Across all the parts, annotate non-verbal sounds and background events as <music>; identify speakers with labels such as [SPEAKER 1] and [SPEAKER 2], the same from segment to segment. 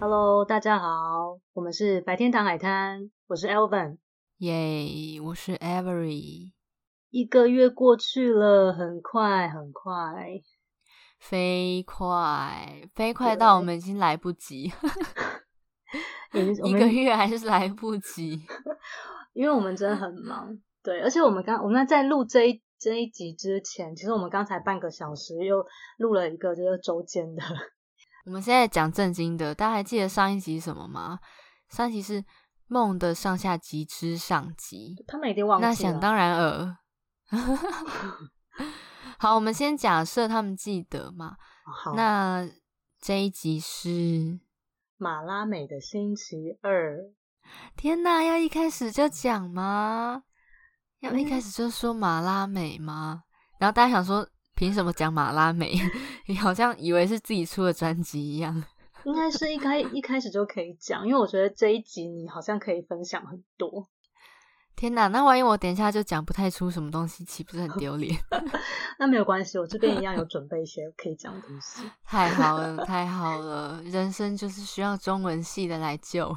[SPEAKER 1] Hello，大家好，我们是白天堂海滩，我是 Elvin。
[SPEAKER 2] 耶我是 Avery，
[SPEAKER 1] 一个月过去了，很快很
[SPEAKER 2] <laughs>
[SPEAKER 1] 快，
[SPEAKER 2] 飞快，飞快
[SPEAKER 1] 对
[SPEAKER 2] 到我们已经来不及，
[SPEAKER 1] 我们我
[SPEAKER 2] 一个
[SPEAKER 1] 们
[SPEAKER 2] 月还是来不及。
[SPEAKER 1] 因为我们真的很忙，对，而且我们刚我们在录这一这一集之前，其实我们刚才半个小时又录了一个就是周间的， <laughs>
[SPEAKER 2] 我们现在讲正经的，大家还记得上一集什么吗？上一集是梦的上下集之上集，
[SPEAKER 1] 他们一定忘记了。
[SPEAKER 2] 那想当然
[SPEAKER 1] <laughs>
[SPEAKER 2] 尔。好，我们先假设他们记得嘛。
[SPEAKER 1] 哦好，
[SPEAKER 2] 那这一集是
[SPEAKER 1] 马拉美的星期二，
[SPEAKER 2] 天呐，要一开始就讲吗？要一
[SPEAKER 1] 嗯
[SPEAKER 2] 开始就说马拉美吗？然后大家想说，凭什么讲马拉美？ <laughs> 你好像以为是自己出的专辑一样。
[SPEAKER 1] 应该是一开 <laughs> 一开始就可以讲，因为我觉得这一集你好像可以分享很多。
[SPEAKER 2] 天呐，那万一我等一下就讲不太出什么东西，岂不是很丢脸？ <laughs>
[SPEAKER 1] 那没有关系，我这边一样有准备一些可以讲的东西。
[SPEAKER 2] 太好了，太好了，人生就是需要中文系的来救。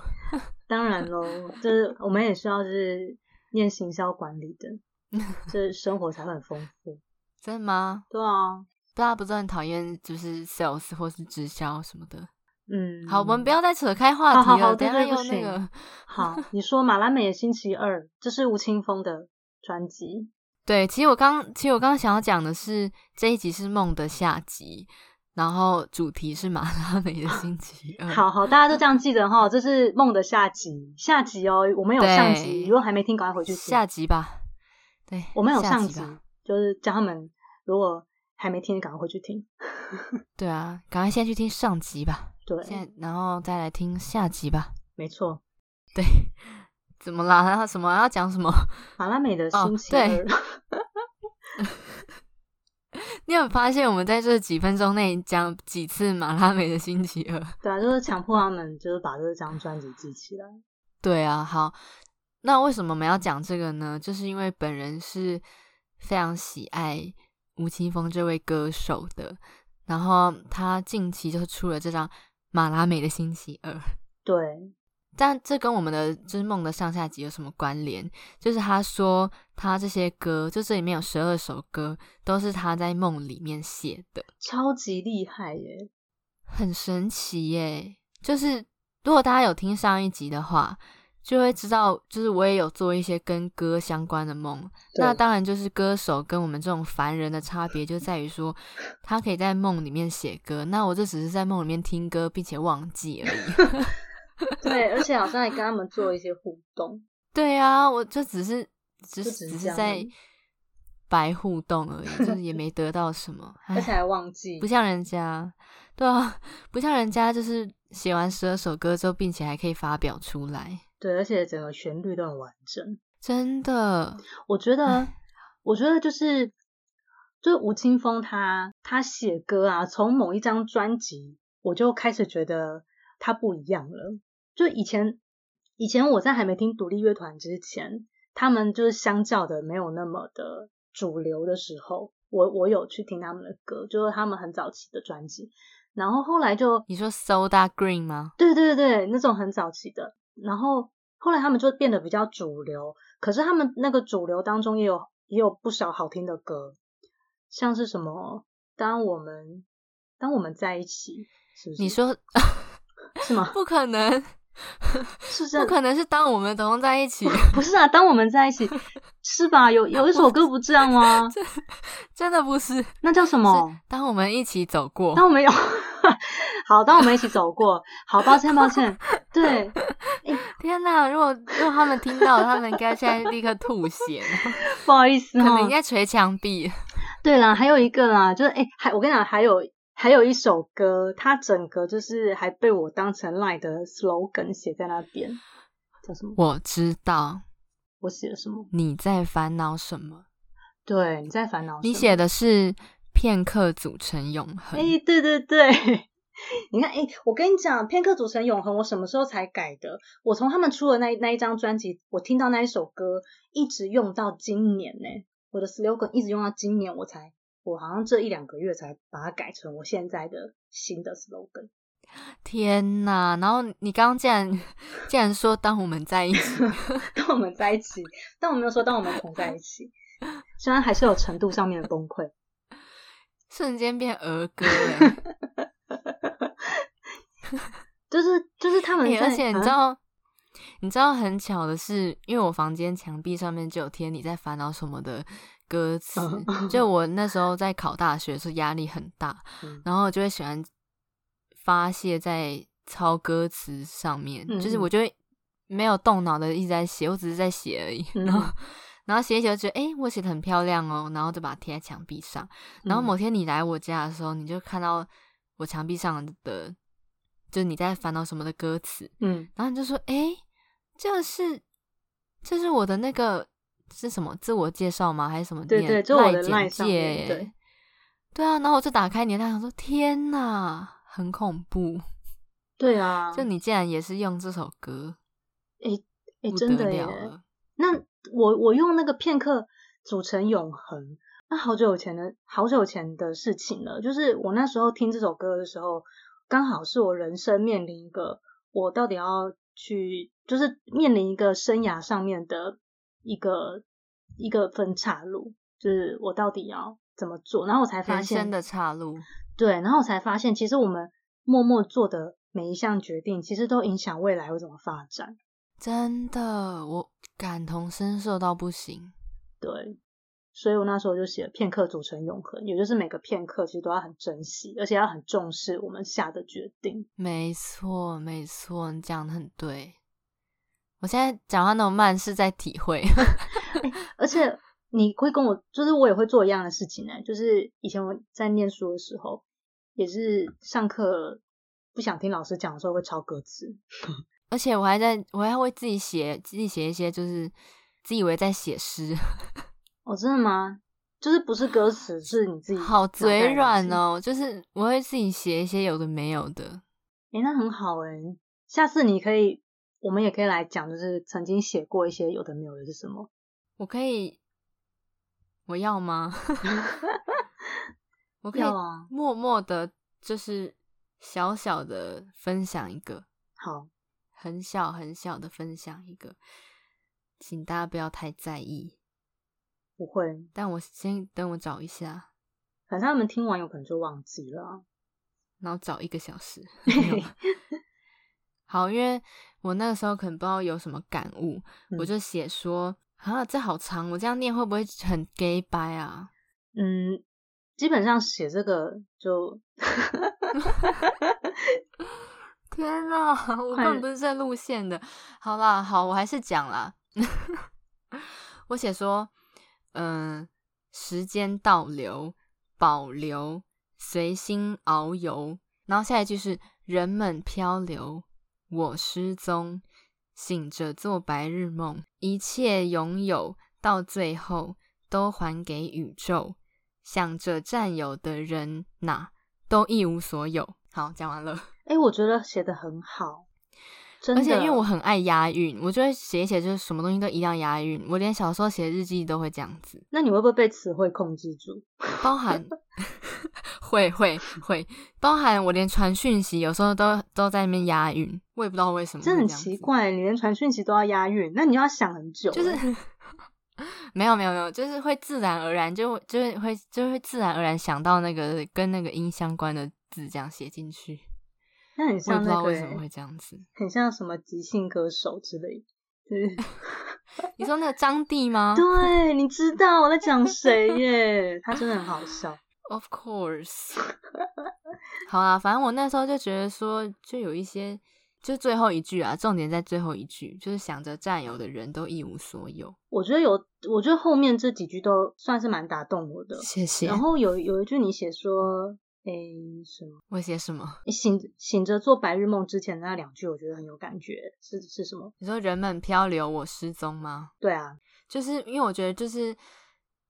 [SPEAKER 1] 当然喽，就是我们也需要就是念行销管理的，就是生活才会很丰
[SPEAKER 2] <laughs>
[SPEAKER 1] 富。
[SPEAKER 2] 真的吗？
[SPEAKER 1] 对啊，
[SPEAKER 2] 大家不是很讨厌就是 sales 或是直销什么的？
[SPEAKER 1] 嗯，
[SPEAKER 2] 好，我们不要再扯开话
[SPEAKER 1] 好
[SPEAKER 2] 题了，
[SPEAKER 1] 好好
[SPEAKER 2] 等一下
[SPEAKER 1] 对对
[SPEAKER 2] 又
[SPEAKER 1] 不
[SPEAKER 2] 那个
[SPEAKER 1] 行。好。你说马拉美的星期二，这是吴青峰的专辑，
[SPEAKER 2] 对，其实我刚，其实我刚刚想要讲的是这一集是梦的下集，然后主题是马拉美的星期二。
[SPEAKER 1] 好好，大家都这样记得哈，这是梦的下集，下集哦，我们有上集，如
[SPEAKER 2] 对
[SPEAKER 1] 果还没听，赶快回去听。
[SPEAKER 2] 下集吧。对，
[SPEAKER 1] 我们有
[SPEAKER 2] 下
[SPEAKER 1] 上
[SPEAKER 2] 集
[SPEAKER 1] 集
[SPEAKER 2] 吧。，
[SPEAKER 1] 就是叫他们如果还没听，赶快回去听。
[SPEAKER 2] 对啊，赶快先去听上集吧，现
[SPEAKER 1] 对，
[SPEAKER 2] 在然后再来听下集吧。
[SPEAKER 1] 没错，
[SPEAKER 2] 对，怎么啦？然 <laughs> 后什么要讲什么？
[SPEAKER 1] 马拉美的
[SPEAKER 2] 哦
[SPEAKER 1] 星期
[SPEAKER 2] 对
[SPEAKER 1] 二， <laughs>
[SPEAKER 2] 你有发现我们在这几分钟内讲几次马拉美的星期二？
[SPEAKER 1] 对啊，就是强迫他们就是把这张专辑记起来。
[SPEAKER 2] 对啊，好，那为什么我们要讲这个呢？就是因为本人是非常喜爱吴青峰这位歌手的，然后他近期就出了这张《马拉美的星期二》， <laughs>
[SPEAKER 1] 对，
[SPEAKER 2] 但这跟我们的《之梦》的上下集有什么关联？就是他说他这些歌，就这里面有十二首歌，都是他在梦里面写的，
[SPEAKER 1] 超级厉害耶！
[SPEAKER 2] 很神奇耶！就是如果大家有听上一集的话，就会知道，就是我也有做一些跟歌相关的梦。那
[SPEAKER 1] 对
[SPEAKER 2] 当然，就是歌手跟我们这种凡人的差别就在于说，他可以在梦里面写歌，那我这只是在梦里面听歌并且忘记而已。 <laughs>
[SPEAKER 1] 对，而且好像还跟他们做一些互动，
[SPEAKER 2] 对啊，我就只是只
[SPEAKER 1] 就是只
[SPEAKER 2] 只
[SPEAKER 1] 是这
[SPEAKER 2] 是
[SPEAKER 1] 样而
[SPEAKER 2] 在
[SPEAKER 1] 已
[SPEAKER 2] 白互动而已，就是也没得到什
[SPEAKER 1] <laughs>
[SPEAKER 2] 么。唉
[SPEAKER 1] 而且还忘记
[SPEAKER 2] 不。像人家，对啊， <laughs> 不像人家就是写完十二首歌之后，并且还可以发表出来，
[SPEAKER 1] 对，而且整个旋律都很完整。
[SPEAKER 2] 真的，
[SPEAKER 1] 我觉得，我觉得就是，就是吴青峰他他写歌啊，从某一张专辑我就开始觉得他不一样了。就以前，以前我在还没听独立乐团之前，他们就是相较的没有那么的主流的时候，我我有去听他们的歌，就是他们很早期的专辑。然后后来就
[SPEAKER 2] 你说 Soda Green 吗？
[SPEAKER 1] 对对对，那种很早期的。然后后来他们就变得比较主流，可是他们那个主流当中也有也有不少好听的歌，像是什么“当我们当我们在一起”，是不是？
[SPEAKER 2] 你说
[SPEAKER 1] 是吗？ <laughs>
[SPEAKER 2] 不可能，
[SPEAKER 1] 是这
[SPEAKER 2] 不可能是当我们同在
[SPEAKER 1] <laughs>
[SPEAKER 2] 一起，
[SPEAKER 1] 不是啊，当我们在
[SPEAKER 2] <laughs>
[SPEAKER 1] 一起是吧？有有一首歌不这样吗？
[SPEAKER 2] 真的不是，哦
[SPEAKER 1] 那叫什么？
[SPEAKER 2] 当我们一起走过，
[SPEAKER 1] 当我们有 <laughs> 好，当我们一起走过，好，抱歉抱歉，对，
[SPEAKER 2] 天哪！如果如果他们听到了，他们应该现在立刻吐血，
[SPEAKER 1] <laughs> 不好意思
[SPEAKER 2] <laughs> 可
[SPEAKER 1] 哈、
[SPEAKER 2] 能应该捶墙壁。
[SPEAKER 1] 对啦，还有一个啦，就是哎、还我跟你讲，还有还有一首歌，它整个就是还被我当成 LINE 的 slogan 写在那边，叫什么？
[SPEAKER 2] 我知道
[SPEAKER 1] 我写了什么？
[SPEAKER 2] 你在烦恼什么，
[SPEAKER 1] 对，你在烦哦恼什么？
[SPEAKER 2] 你写的是片刻组成永恒。
[SPEAKER 1] 哎、对对对， <laughs> 你看，哎、我跟你讲，片刻组成永恒，我什么时候才改的？我从他们出的那一那一张专辑，我听到那一首歌，一直用到今年呢、我的 slogan 一直用到今年，我才我好像这一两个月才把它改成我现在的新的 slogan。
[SPEAKER 2] 天呐！然后你刚刚竟然 <laughs> 竟然说当我们在一起， <laughs>
[SPEAKER 1] <laughs> 当我们在一起，但我没有说当我们同在一起，虽然还是有程度上面的崩溃，
[SPEAKER 2] 瞬间变
[SPEAKER 1] <laughs>
[SPEAKER 2] 儿歌哎、
[SPEAKER 1] 就是就是他们
[SPEAKER 2] 欸
[SPEAKER 1] 在、
[SPEAKER 2] 而且你知
[SPEAKER 1] 啊
[SPEAKER 2] 道，你知道很巧的是，因为我房间墙壁上面就有贴“你在烦恼什么”的歌词。
[SPEAKER 1] 嗯
[SPEAKER 2] 就我那时候在考大学的时候压力很大，
[SPEAKER 1] 嗯
[SPEAKER 2] 然后我就会喜欢发泄在抄歌词上面，
[SPEAKER 1] 嗯
[SPEAKER 2] 就是
[SPEAKER 1] 嗯
[SPEAKER 2] 我就会没有动脑的一直在写，我只是在写而已。
[SPEAKER 1] 嗯
[SPEAKER 2] 然后，然后写一写，我就觉得诶，我写的很漂亮哦，然后就把它贴在墙壁上。然
[SPEAKER 1] 嗯
[SPEAKER 2] 后某天你来我家的时候，你就看到我墙壁上的，就是你在烦恼什么的歌词，
[SPEAKER 1] 嗯
[SPEAKER 2] 然后你就说：“诶，这是这是我的那个是什么自我介绍吗？还是什么
[SPEAKER 1] 对
[SPEAKER 2] 念？
[SPEAKER 1] 对就我的 line
[SPEAKER 2] 简
[SPEAKER 1] 上
[SPEAKER 2] 介
[SPEAKER 1] 面
[SPEAKER 2] 耶。
[SPEAKER 1] 对
[SPEAKER 2] 对啊，然后我就打开你的 line，想说：“天呐，很恐怖！
[SPEAKER 1] 对啊，
[SPEAKER 2] 就你竟然也是用这首歌，
[SPEAKER 1] 哎、
[SPEAKER 2] 不
[SPEAKER 1] 真
[SPEAKER 2] 得
[SPEAKER 1] 的耶
[SPEAKER 2] 了！了。
[SPEAKER 1] 那我我用那个片刻组成永恒，那好久以前的好久以前的事情了。就是我那时候听这首歌的时候，刚好是我人生面临一个我到底要去，就是面临一个生涯上面的一个一个分岔路，就是我到底要怎么做。然后我才发
[SPEAKER 2] 人
[SPEAKER 1] 现
[SPEAKER 2] 生的岔路，
[SPEAKER 1] 对，然后我才发现，其实我们默默做的每一项决定，其实都影响未来会怎么发展。
[SPEAKER 2] 真的，我感同身受到不行。
[SPEAKER 1] 对，所以我那时候就写了片刻组成永恒，也就是每个片刻其实都要很珍惜，而且要很重视我们下的决定。
[SPEAKER 2] 没错，没错，你讲的很对。我现在讲话那么慢，是在体会。 <laughs>
[SPEAKER 1] 而且你会跟我，就是我也会做一样的事情呢、欸就是以前我在念书的时候，也是上课不想听老师讲的时候会抄歌词。
[SPEAKER 2] 而且我还在，我还会自己写，自己写一些，就是自以为在写诗，
[SPEAKER 1] 哦，真的吗？就是不是歌词，是你自己
[SPEAKER 2] 好嘴软
[SPEAKER 1] 呢。
[SPEAKER 2] 哦。就是我会自己写一些有的没有的，
[SPEAKER 1] 诶、那很好诶、下次你可以，我们也可以来讲，就是曾经写过一些有的没有的是什么。
[SPEAKER 2] 我可以，我要吗？ <laughs> 我可以
[SPEAKER 1] 要啊，
[SPEAKER 2] 默默的，就是小小的分享一个，
[SPEAKER 1] 好，
[SPEAKER 2] 很小很小的分享一个，请大家不要太在意。
[SPEAKER 1] 不会，
[SPEAKER 2] 但我先等我找一下，
[SPEAKER 1] 反正他们听完有可能就忘记了啊。
[SPEAKER 2] 然后找一个小时。 <laughs> 没有啦好，因为我那个时候可能不知道有什么感悟，
[SPEAKER 1] 嗯
[SPEAKER 2] 我就写说啊，这好长，我这样念会不会很 gay 掰啊？
[SPEAKER 1] <laughs> 嗯，基本上写这个就
[SPEAKER 2] 天哪，我根
[SPEAKER 1] 快
[SPEAKER 2] 本不是这路线的。好啦，好，我还是讲啦。 <laughs> 我写说，嗯、时间倒流，保留，随心遨游。然后下一句是人们漂流，我失踪，醒着做白日梦，一切拥有到最后都还给宇宙，想着占有的人哪都一无所有。好，讲完了。
[SPEAKER 1] 诶、我觉得写的很好，真的。
[SPEAKER 2] 而且因为我很爱押韵，我就会写一写，就是什么东西都一样押韵。我连小时候写日记都会这样子，
[SPEAKER 1] 那你会不会被词汇控制住？<laughs>
[SPEAKER 2] 包含会会会，包含我连传讯息有时候都都在那边押韵，我也不知道为什么。
[SPEAKER 1] 这很奇，怪，你连传讯息都要押韵，那你要想很久。欸
[SPEAKER 2] 就是 <laughs> 没有没有没有，就是会自然而然就就会会就会自然而然想到那个跟那个音相关的字，这样写进去。
[SPEAKER 1] 那很
[SPEAKER 2] 我也不
[SPEAKER 1] 像
[SPEAKER 2] 知
[SPEAKER 1] 那
[SPEAKER 2] 道
[SPEAKER 1] 个
[SPEAKER 2] 为
[SPEAKER 1] 欸、
[SPEAKER 2] 什么会这样子。
[SPEAKER 1] 很像什么即兴歌手之类，就是。
[SPEAKER 2] 你说那个张
[SPEAKER 1] <laughs>
[SPEAKER 2] 帝吗
[SPEAKER 1] 对，你知道我在讲谁耶？他真的很好笑。
[SPEAKER 2] Of course，好啊，反正我那时候就觉得说，就有一些，就最后一句啊，重点在最后一句，就是想着占有的人都一无所有。
[SPEAKER 1] 我觉得有，我觉得后面这几句都算是蛮打动我的。
[SPEAKER 2] 谢谢
[SPEAKER 1] 然后有有一句你写说，诶，什么？
[SPEAKER 2] 我写什么？
[SPEAKER 1] 诶醒醒着做白日梦之前的那两句，我觉得很有感觉，是是什么？
[SPEAKER 2] 你说人们漂流，我失踪吗？
[SPEAKER 1] 对啊，
[SPEAKER 2] 就是因为我觉得，就是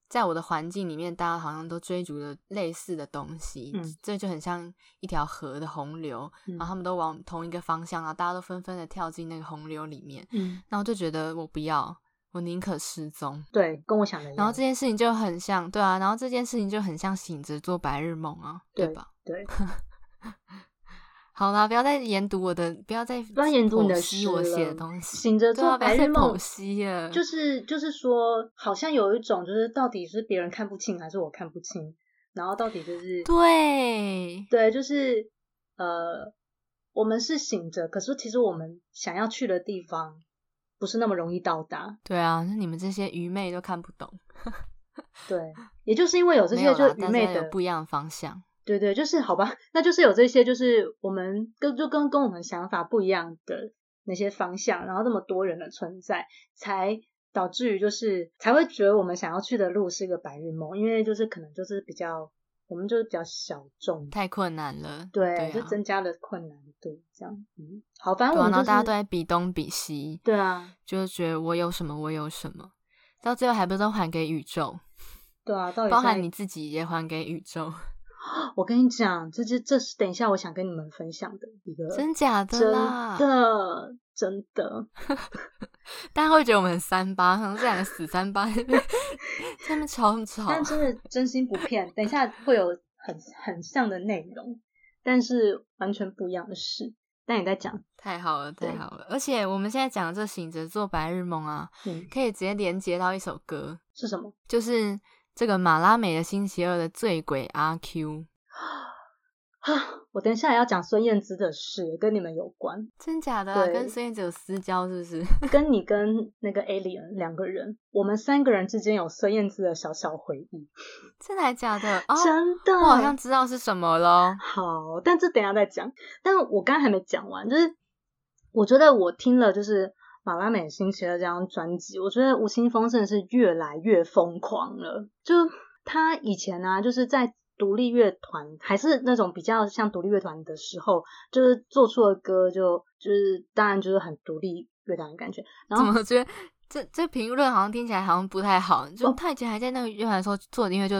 [SPEAKER 2] 在我的环境里面，大家好像都追逐着类似的东西，
[SPEAKER 1] 嗯
[SPEAKER 2] 这就很像一条河的洪流，
[SPEAKER 1] 嗯
[SPEAKER 2] 然后他们都往同一个方向啊，然后大家都纷纷的跳进那个洪流里面，
[SPEAKER 1] 嗯，
[SPEAKER 2] 那我就觉得我不要，我宁可失踪。
[SPEAKER 1] 对，跟我想的一样。
[SPEAKER 2] 然后这件事情就很像，对啊，然后这 <laughs> 件事情就很像醒着做白日梦啊，对
[SPEAKER 1] 对
[SPEAKER 2] 吧？
[SPEAKER 1] 对，
[SPEAKER 2] 好啦，不要再研读我的，不要再
[SPEAKER 1] 不要研读你的
[SPEAKER 2] 剖析
[SPEAKER 1] 诗
[SPEAKER 2] 我写的
[SPEAKER 1] 了
[SPEAKER 2] 东西，
[SPEAKER 1] 醒着
[SPEAKER 2] 对啊，
[SPEAKER 1] 做
[SPEAKER 2] 不要
[SPEAKER 1] 白
[SPEAKER 2] 再
[SPEAKER 1] 日梦
[SPEAKER 2] 剖，析了，
[SPEAKER 1] 就是就是说，好像有一种就是到底是别人看不清还是我看不清，然后到底就是
[SPEAKER 2] 对，
[SPEAKER 1] 对，就是呃，我们是醒着，可是其实我们想要去的地方不是那么容易到达。
[SPEAKER 2] 对啊，那你们这些愚昧都看不懂，
[SPEAKER 1] 对，也就是因为哦有这
[SPEAKER 2] 没
[SPEAKER 1] 些
[SPEAKER 2] 有
[SPEAKER 1] 就
[SPEAKER 2] 啦，
[SPEAKER 1] 愚
[SPEAKER 2] 大
[SPEAKER 1] 昧
[SPEAKER 2] 家有
[SPEAKER 1] 的，
[SPEAKER 2] 不一样的方向，
[SPEAKER 1] 对对，就是好吧，那就是有这些，就是我们跟就跟跟我们想法不一样的那些方向，然后这么多人的存在，才导致于就是才会觉得我们想要去的路是一个白日梦，因为就是可能就是比较我们就是比较小众，
[SPEAKER 2] 太困难了，
[SPEAKER 1] 对，
[SPEAKER 2] 对
[SPEAKER 1] 就
[SPEAKER 2] 啊，
[SPEAKER 1] 增加了困难度，这样，嗯，好，反正
[SPEAKER 2] 对
[SPEAKER 1] 我
[SPEAKER 2] 啊，
[SPEAKER 1] 们
[SPEAKER 2] 然
[SPEAKER 1] 就
[SPEAKER 2] 后
[SPEAKER 1] 是
[SPEAKER 2] 大家都在比东比西，
[SPEAKER 1] 对啊，
[SPEAKER 2] 就是觉得我有什么，我有什么，到最后还不是都还给宇宙，
[SPEAKER 1] 对啊，到底
[SPEAKER 2] 包
[SPEAKER 1] 是
[SPEAKER 2] 含你自己也还给宇宙，
[SPEAKER 1] 我跟你讲，这是这是等一下我想跟你们分享的一个
[SPEAKER 2] 真假
[SPEAKER 1] 呃
[SPEAKER 2] 的
[SPEAKER 1] 真
[SPEAKER 2] 啦，
[SPEAKER 1] 的真的，
[SPEAKER 2] 大家会觉得我们很三八，可能这两个死
[SPEAKER 1] <laughs>
[SPEAKER 2] 三八，在那边吵什么吵
[SPEAKER 1] 但真的真心不
[SPEAKER 2] <laughs>
[SPEAKER 1] 骗，等一下会有很很像的内容，但是完全不一样的事。但你在讲，
[SPEAKER 2] 太好了，
[SPEAKER 1] 对
[SPEAKER 2] 太好了！而且我们现在讲的这醒着做白日梦啊，
[SPEAKER 1] 嗯，
[SPEAKER 2] 可以直接连接到一首歌，
[SPEAKER 1] 是什么？
[SPEAKER 2] 就是这个马拉美的星期二的醉鬼阿 Q，
[SPEAKER 1] 啊，我等一下也要讲孙燕姿的事，跟你们有关，
[SPEAKER 2] 真假的、啊、
[SPEAKER 1] 对
[SPEAKER 2] 跟孙燕姿有私交是不是？ <laughs>
[SPEAKER 1] 跟你跟那个 Alien 两个人，我们三个人之间有孙燕姿的小小回忆，
[SPEAKER 2] 真的还假的？哦，
[SPEAKER 1] 真的。
[SPEAKER 2] 我好像知道是什么喽。
[SPEAKER 1] 好，但这等一下再讲。但我刚刚还没讲完，就是我觉得我听了就是马拉美星期二这张专辑，我觉得吴青峰真的是越来越疯狂了。就他以前啊，就是在独立乐团还是那种比较像独立乐团的时候，就是做出的歌就就是当然就是很独立乐团的感觉。然
[SPEAKER 2] 怎
[SPEAKER 1] 后
[SPEAKER 2] 么我觉得这这评论好像听起来好像不太好？就
[SPEAKER 1] 哦
[SPEAKER 2] 他以前还在那个乐团的时候做的音乐就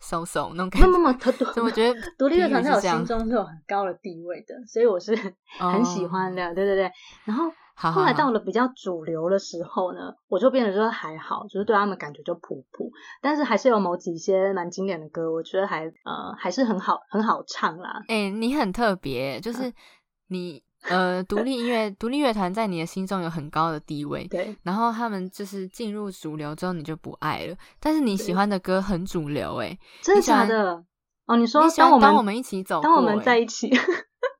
[SPEAKER 2] 嗖嗖那种感
[SPEAKER 1] 那
[SPEAKER 2] 觉，
[SPEAKER 1] 么么他
[SPEAKER 2] <laughs> 所以我觉得
[SPEAKER 1] 独立乐团在
[SPEAKER 2] 评语
[SPEAKER 1] 我
[SPEAKER 2] 是这样
[SPEAKER 1] 心中是有很高的地位的，所以我是很喜
[SPEAKER 2] 哦
[SPEAKER 1] 欢的。对对对，然后。
[SPEAKER 2] 好好
[SPEAKER 1] 后来
[SPEAKER 2] 好
[SPEAKER 1] 到了比较主流的时候呢，我就变得说还好，就是对他们感觉就普普，但是还是有某几些蛮经典的歌，我觉得还呃还是很好很好唱啦。
[SPEAKER 2] 哎、你很特别，
[SPEAKER 1] 嗯
[SPEAKER 2] 就是你呃，独立音乐、独立乐团在你的心中有很高的地位，
[SPEAKER 1] 对
[SPEAKER 2] 然后他们就是进入主流之后你就不爱了，但是你喜欢的歌很主流、欸，
[SPEAKER 1] 真的
[SPEAKER 2] 你喜欢
[SPEAKER 1] 假的？哦，你说
[SPEAKER 2] 你喜欢
[SPEAKER 1] 我
[SPEAKER 2] 当
[SPEAKER 1] 们
[SPEAKER 2] 我们一起走
[SPEAKER 1] 当我
[SPEAKER 2] 过
[SPEAKER 1] 们
[SPEAKER 2] 欸 <laughs>
[SPEAKER 1] 在一起， <laughs>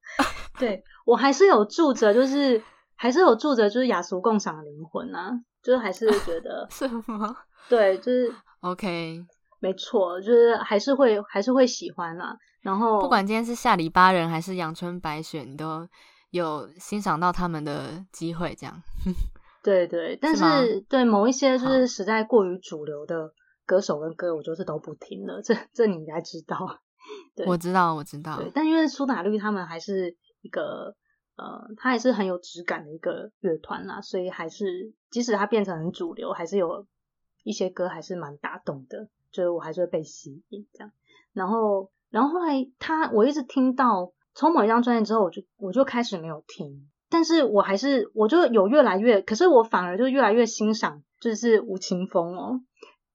[SPEAKER 1] 对我还是有住着，就是还是有住着就是雅俗共赏的灵魂啊，就是还是觉得
[SPEAKER 2] 是吗
[SPEAKER 1] 对，就是
[SPEAKER 2] ？OK，
[SPEAKER 1] 没错，就是还是会还是会喜欢啦。然后
[SPEAKER 2] 不管今天是下里巴人还是阳春白雪，你都有欣赏到他们的机会，这样。
[SPEAKER 1] 对对，但
[SPEAKER 2] 是吗
[SPEAKER 1] 是对某一些就
[SPEAKER 2] 好
[SPEAKER 1] 是实在过于主流的歌手跟歌，我就是都不听了。这这你应该知道。对
[SPEAKER 2] 我知道，我知道，
[SPEAKER 1] 对，但因为苏打绿他们还是一个呃，他还是很有质感的一个乐团啦，所以还是即使他变成很主流，还是有一些歌还是蛮打动的，就是我还是会被吸引这样。然后，然后后来他我一直听到从某一张专辑之后，我就我就开始没有听，但是我还是我就有越来越，可是我反而就越来越欣赏就是吴青峰哦。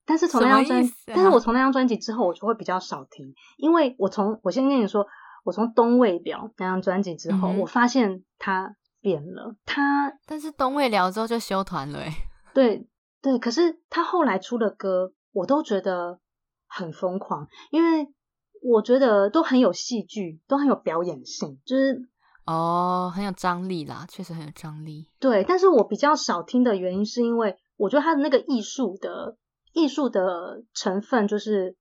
[SPEAKER 1] 但是从那张
[SPEAKER 2] 什么
[SPEAKER 1] 专，
[SPEAKER 2] 意思啊
[SPEAKER 1] 但是我从那张专辑之后，我就会比较少听，因为我从我先跟你说，我从东未了那张专辑之后，
[SPEAKER 2] 嗯哼
[SPEAKER 1] 我发现他变了，他
[SPEAKER 2] 但是东未聊之后就休团了、欸，
[SPEAKER 1] 对对，可是他后来出的歌，我都觉得很疯狂，因为我觉得都很有戏剧，都很有表演性，就是
[SPEAKER 2] 哦、很有张力啦，确实很有张力。
[SPEAKER 1] 对。但是我比较少听的原因，是因为我觉得他的那个艺术的艺术的成分就是。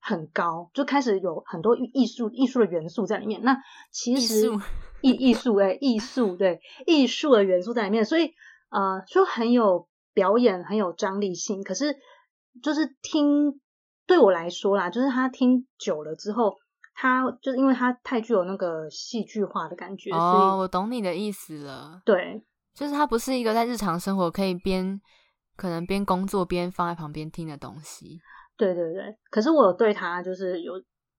[SPEAKER 1] 很高，就开始有很多艺术艺术的元素在里面。那其
[SPEAKER 2] 艺
[SPEAKER 1] 实
[SPEAKER 2] 术
[SPEAKER 1] 艺艺术哎，艺术对艺术的元素在里面，所以呃，就很有表演，很有张力性。可是就是听对我来说啦，就是他听久了之后，他就是因为他太具有那个戏剧化的感觉，
[SPEAKER 2] 哦，
[SPEAKER 1] 所以
[SPEAKER 2] 我懂你的意思了，
[SPEAKER 1] 对
[SPEAKER 2] 就是它不是一个在日常生活可以边可能边工作边放在旁边听的东西。
[SPEAKER 1] 对对对。可是我有对他就是有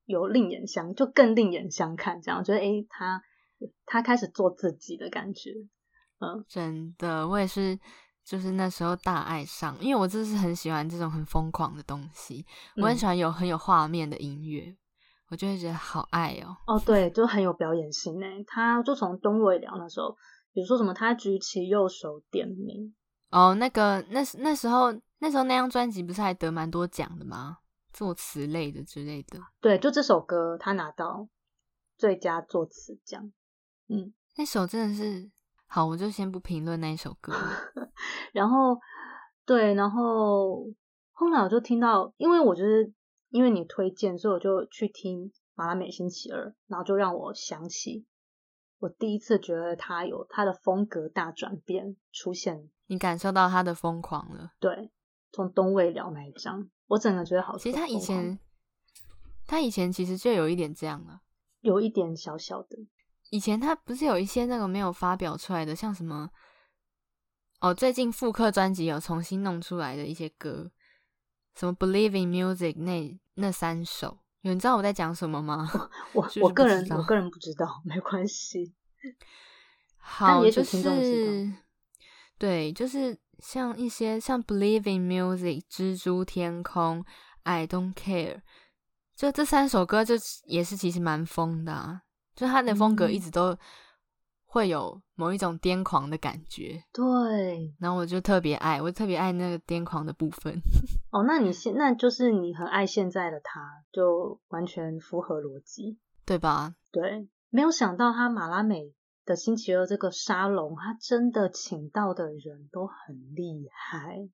[SPEAKER 1] 有另眼相，就更另眼相看，这样我觉得诶，他他开始做自己的感觉，嗯，
[SPEAKER 2] 真的，我也是，就是那时候大爱上，因为我真的是很喜欢这种很疯狂的东西，我很
[SPEAKER 1] 嗯
[SPEAKER 2] 喜欢有很有画面的音乐，我就会觉得好爱哦。
[SPEAKER 1] 哦，对，就很有表演性诶。他就从东未了那时候，比如说什么他举起右手点名，
[SPEAKER 2] 哦，那个那时那时候那时候那张专辑不是还得蛮多奖的吗？作词类的之类的。
[SPEAKER 1] 对，就这首歌他拿到最佳作词奖。嗯，
[SPEAKER 2] 那首真的是好，我就先不评论那一首歌了。
[SPEAKER 1] 然后对，然后后来我就听到，因为我就是因为你推荐，所以我就去听《马拉美星期二》，然后就让我想起我第一次觉得他有他的风格大转变出现。
[SPEAKER 2] 你感受到他的疯狂了。
[SPEAKER 1] 对，从东未了那一张，我整个觉得好。
[SPEAKER 2] 其实他以
[SPEAKER 1] 疯狂
[SPEAKER 2] 前，他以前其实就有一点这样了。
[SPEAKER 1] 有一点小小的，
[SPEAKER 2] 以前他不是有一些那个没有发表出来的，像什么哦，最近复刻专辑有重新弄出来的一些歌，什么《Believe in Music 那》那三首，有你知道我在讲什么吗？
[SPEAKER 1] 我
[SPEAKER 2] 是不
[SPEAKER 1] 我
[SPEAKER 2] 是
[SPEAKER 1] 个
[SPEAKER 2] 不
[SPEAKER 1] 人
[SPEAKER 2] 知道
[SPEAKER 1] 我个人不知道，没关系。但
[SPEAKER 2] 好，
[SPEAKER 1] 也许
[SPEAKER 2] 就
[SPEAKER 1] 听众知
[SPEAKER 2] 是对，就是像一些像《Believe in Music》、《蜘蛛天空》、《I Don't Care》，就这三首歌，就也是其实蛮疯的、啊，就他的风格一
[SPEAKER 1] 嗯
[SPEAKER 2] 直都会有某一种癫狂的感觉。
[SPEAKER 1] 对，
[SPEAKER 2] 然后我就特别爱，我特别爱那个癫狂的部分。
[SPEAKER 1] 哦，那你现那就是你很爱现在的他，就完全符合逻辑。
[SPEAKER 2] 对吧？
[SPEAKER 1] 对，没有想到他马拉美的星期二这个沙龙，他真的请到的人都很厉害。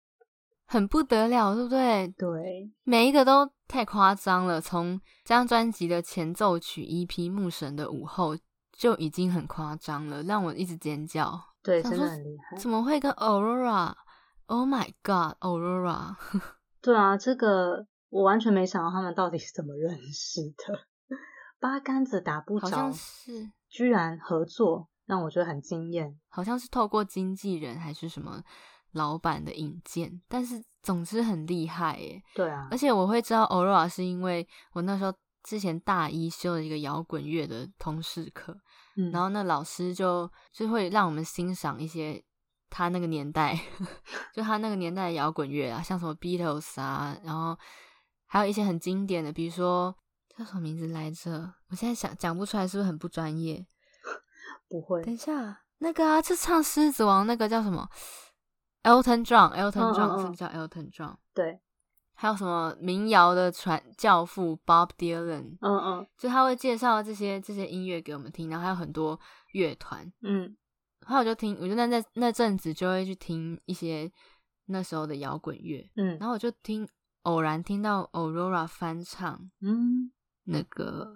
[SPEAKER 2] 很不得了，对不对？
[SPEAKER 1] 对，
[SPEAKER 2] 每一个都太夸张了。从这张专辑的前奏曲 EP《牧神的午后》就已经很夸张了，让我一直尖叫。
[SPEAKER 1] 对，
[SPEAKER 2] 想
[SPEAKER 1] 真的
[SPEAKER 2] 说
[SPEAKER 1] 很厉害。
[SPEAKER 2] 怎么会跟 Aurora？Oh my God，Aurora！
[SPEAKER 1] 对啊，这个我完全没想到他们到底是怎么认识的。 <laughs> 八竿子打不
[SPEAKER 2] 好
[SPEAKER 1] 着
[SPEAKER 2] 像，是
[SPEAKER 1] 居然合作，让我觉得很惊艳。
[SPEAKER 2] 好像是透过经纪人还是什么老板的引荐，但是总之很厉害耶。
[SPEAKER 1] 对啊
[SPEAKER 2] 而，且我会知道 Aurora 是因为我那时候之前大一修了一个摇滚乐的通识课，
[SPEAKER 1] 嗯，
[SPEAKER 2] 然后那老师就就会让我们欣赏一些他那个年代， <laughs> 就他那个年代的摇滚乐啊，像什么 Beatles 啊，然后还有一些很经典的，比如说叫什么名字来着？我现在想讲不出来，是不是很不专业？
[SPEAKER 1] 不会，
[SPEAKER 2] 等一下，那个啊，就唱《狮子王》那个叫什么？Elton
[SPEAKER 1] 嗯
[SPEAKER 2] John，Elton John
[SPEAKER 1] 嗯
[SPEAKER 2] 是不是叫 Elton John？
[SPEAKER 1] 对，
[SPEAKER 2] 还有什么民谣的传教父 Bob Dylan，
[SPEAKER 1] 嗯嗯
[SPEAKER 2] 就他会介绍这些这些音乐给我们听，然后还有很多乐团。
[SPEAKER 1] 嗯，
[SPEAKER 2] 后来我就听，我就那那那阵子就会去听一些那时候的摇滚乐，
[SPEAKER 1] 嗯
[SPEAKER 2] 然后我就听偶然听到 Aurora 翻唱
[SPEAKER 1] 嗯，
[SPEAKER 2] 那个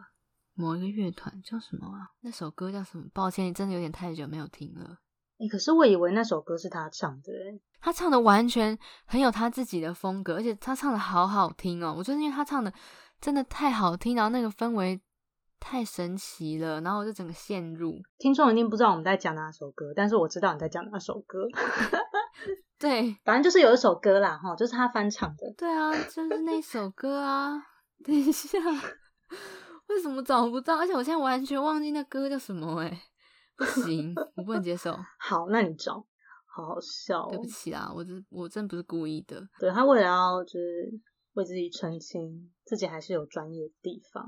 [SPEAKER 2] 某一个乐团叫什么啊？那首歌叫什么？抱歉，真的有点太久没有听了。
[SPEAKER 1] 诶可是我以为那首歌是他唱的欸诶，
[SPEAKER 2] 他唱的完全很有他自己的风格，而且他唱的好好听哦！我就是因为他唱的真的太好听，然后那个氛围太神奇了，然后我就整个陷入。
[SPEAKER 1] 听众一定不知道我们在讲哪首歌，但是我知道你在讲哪首歌，
[SPEAKER 2] 对
[SPEAKER 1] 反正就是有一首歌啦，哈，就是他翻唱的，
[SPEAKER 2] 对啊，就是那首歌啊！等一下， <laughs> 为什么找不到？而且我现在完全忘记那歌叫什么哎、不行，我不能接受，
[SPEAKER 1] 好，那你找，好好笑、哦
[SPEAKER 2] 对，不起啦，我真我真不是故意的。
[SPEAKER 1] 对他为了要就是为自己澄清，自己还是有专业的地方，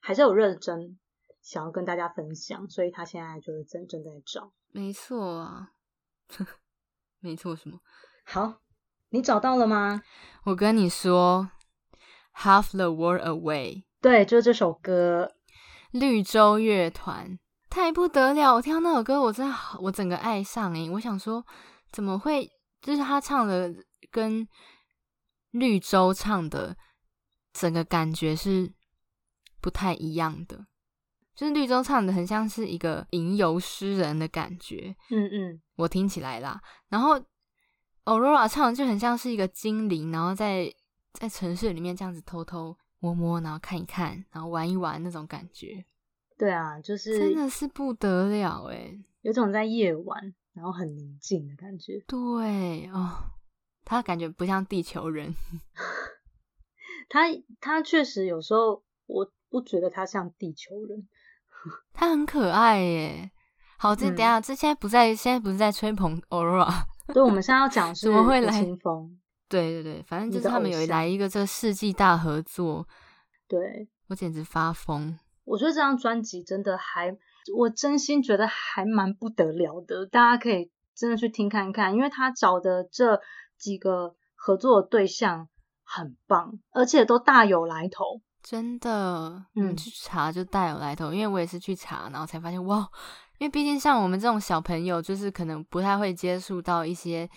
[SPEAKER 1] 还是有认真想要跟大家分享，所以他现在就是正正在找，
[SPEAKER 2] 没错啊， <laughs> 没错什么？
[SPEAKER 1] 好，你找到了吗？
[SPEAKER 2] 我跟你说，《Half the World Away》
[SPEAKER 1] 对，就是这首歌，
[SPEAKER 2] 绿洲乐团太不得了！我听到那首歌，我真的好，我整个爱上诶、我想说，怎么会？就是他唱的跟绿洲唱的整个感觉是不太一样的。就是绿洲唱的很像是一个吟游诗人的感觉，
[SPEAKER 1] 嗯嗯，
[SPEAKER 2] 我听起来啦。然后 Aurora 唱的就很像是一个精灵，然后在在城市里面这样子偷偷摸摸，然后看一看，然后玩一玩那种感觉，
[SPEAKER 1] 对啊，就是
[SPEAKER 2] 真的是不得了欸诶、
[SPEAKER 1] 有种在夜晚然后很宁静的感觉。
[SPEAKER 2] 对哦，他感觉不像地球人，
[SPEAKER 1] 他他确实有时候我不觉得他像地球人，
[SPEAKER 2] 他很可爱耶、好，这
[SPEAKER 1] 嗯
[SPEAKER 2] 等一下，这现在不在，现在不是在吹捧 <laughs> Aurora，
[SPEAKER 1] 对，我们现在要讲是
[SPEAKER 2] 怎么会
[SPEAKER 1] 吴
[SPEAKER 2] 来
[SPEAKER 1] 青峰，
[SPEAKER 2] 对对对，反正
[SPEAKER 1] 你
[SPEAKER 2] 就是
[SPEAKER 1] 的
[SPEAKER 2] 他们
[SPEAKER 1] 偶
[SPEAKER 2] 有
[SPEAKER 1] 像
[SPEAKER 2] 来一个这世纪大合作，
[SPEAKER 1] 对，
[SPEAKER 2] 我简直发疯。
[SPEAKER 1] 我觉得这张专辑真的还，我真心觉得还蛮不得了的，大家可以真的去听看看，因为他找的这几个合作的对象很棒，而且都大有来头。
[SPEAKER 2] 真的，
[SPEAKER 1] 嗯
[SPEAKER 2] 你去查就大有来头，因为我也是去查，然后才发现哇，因为毕竟像我们这种小朋友，就是可能不太会接触到一些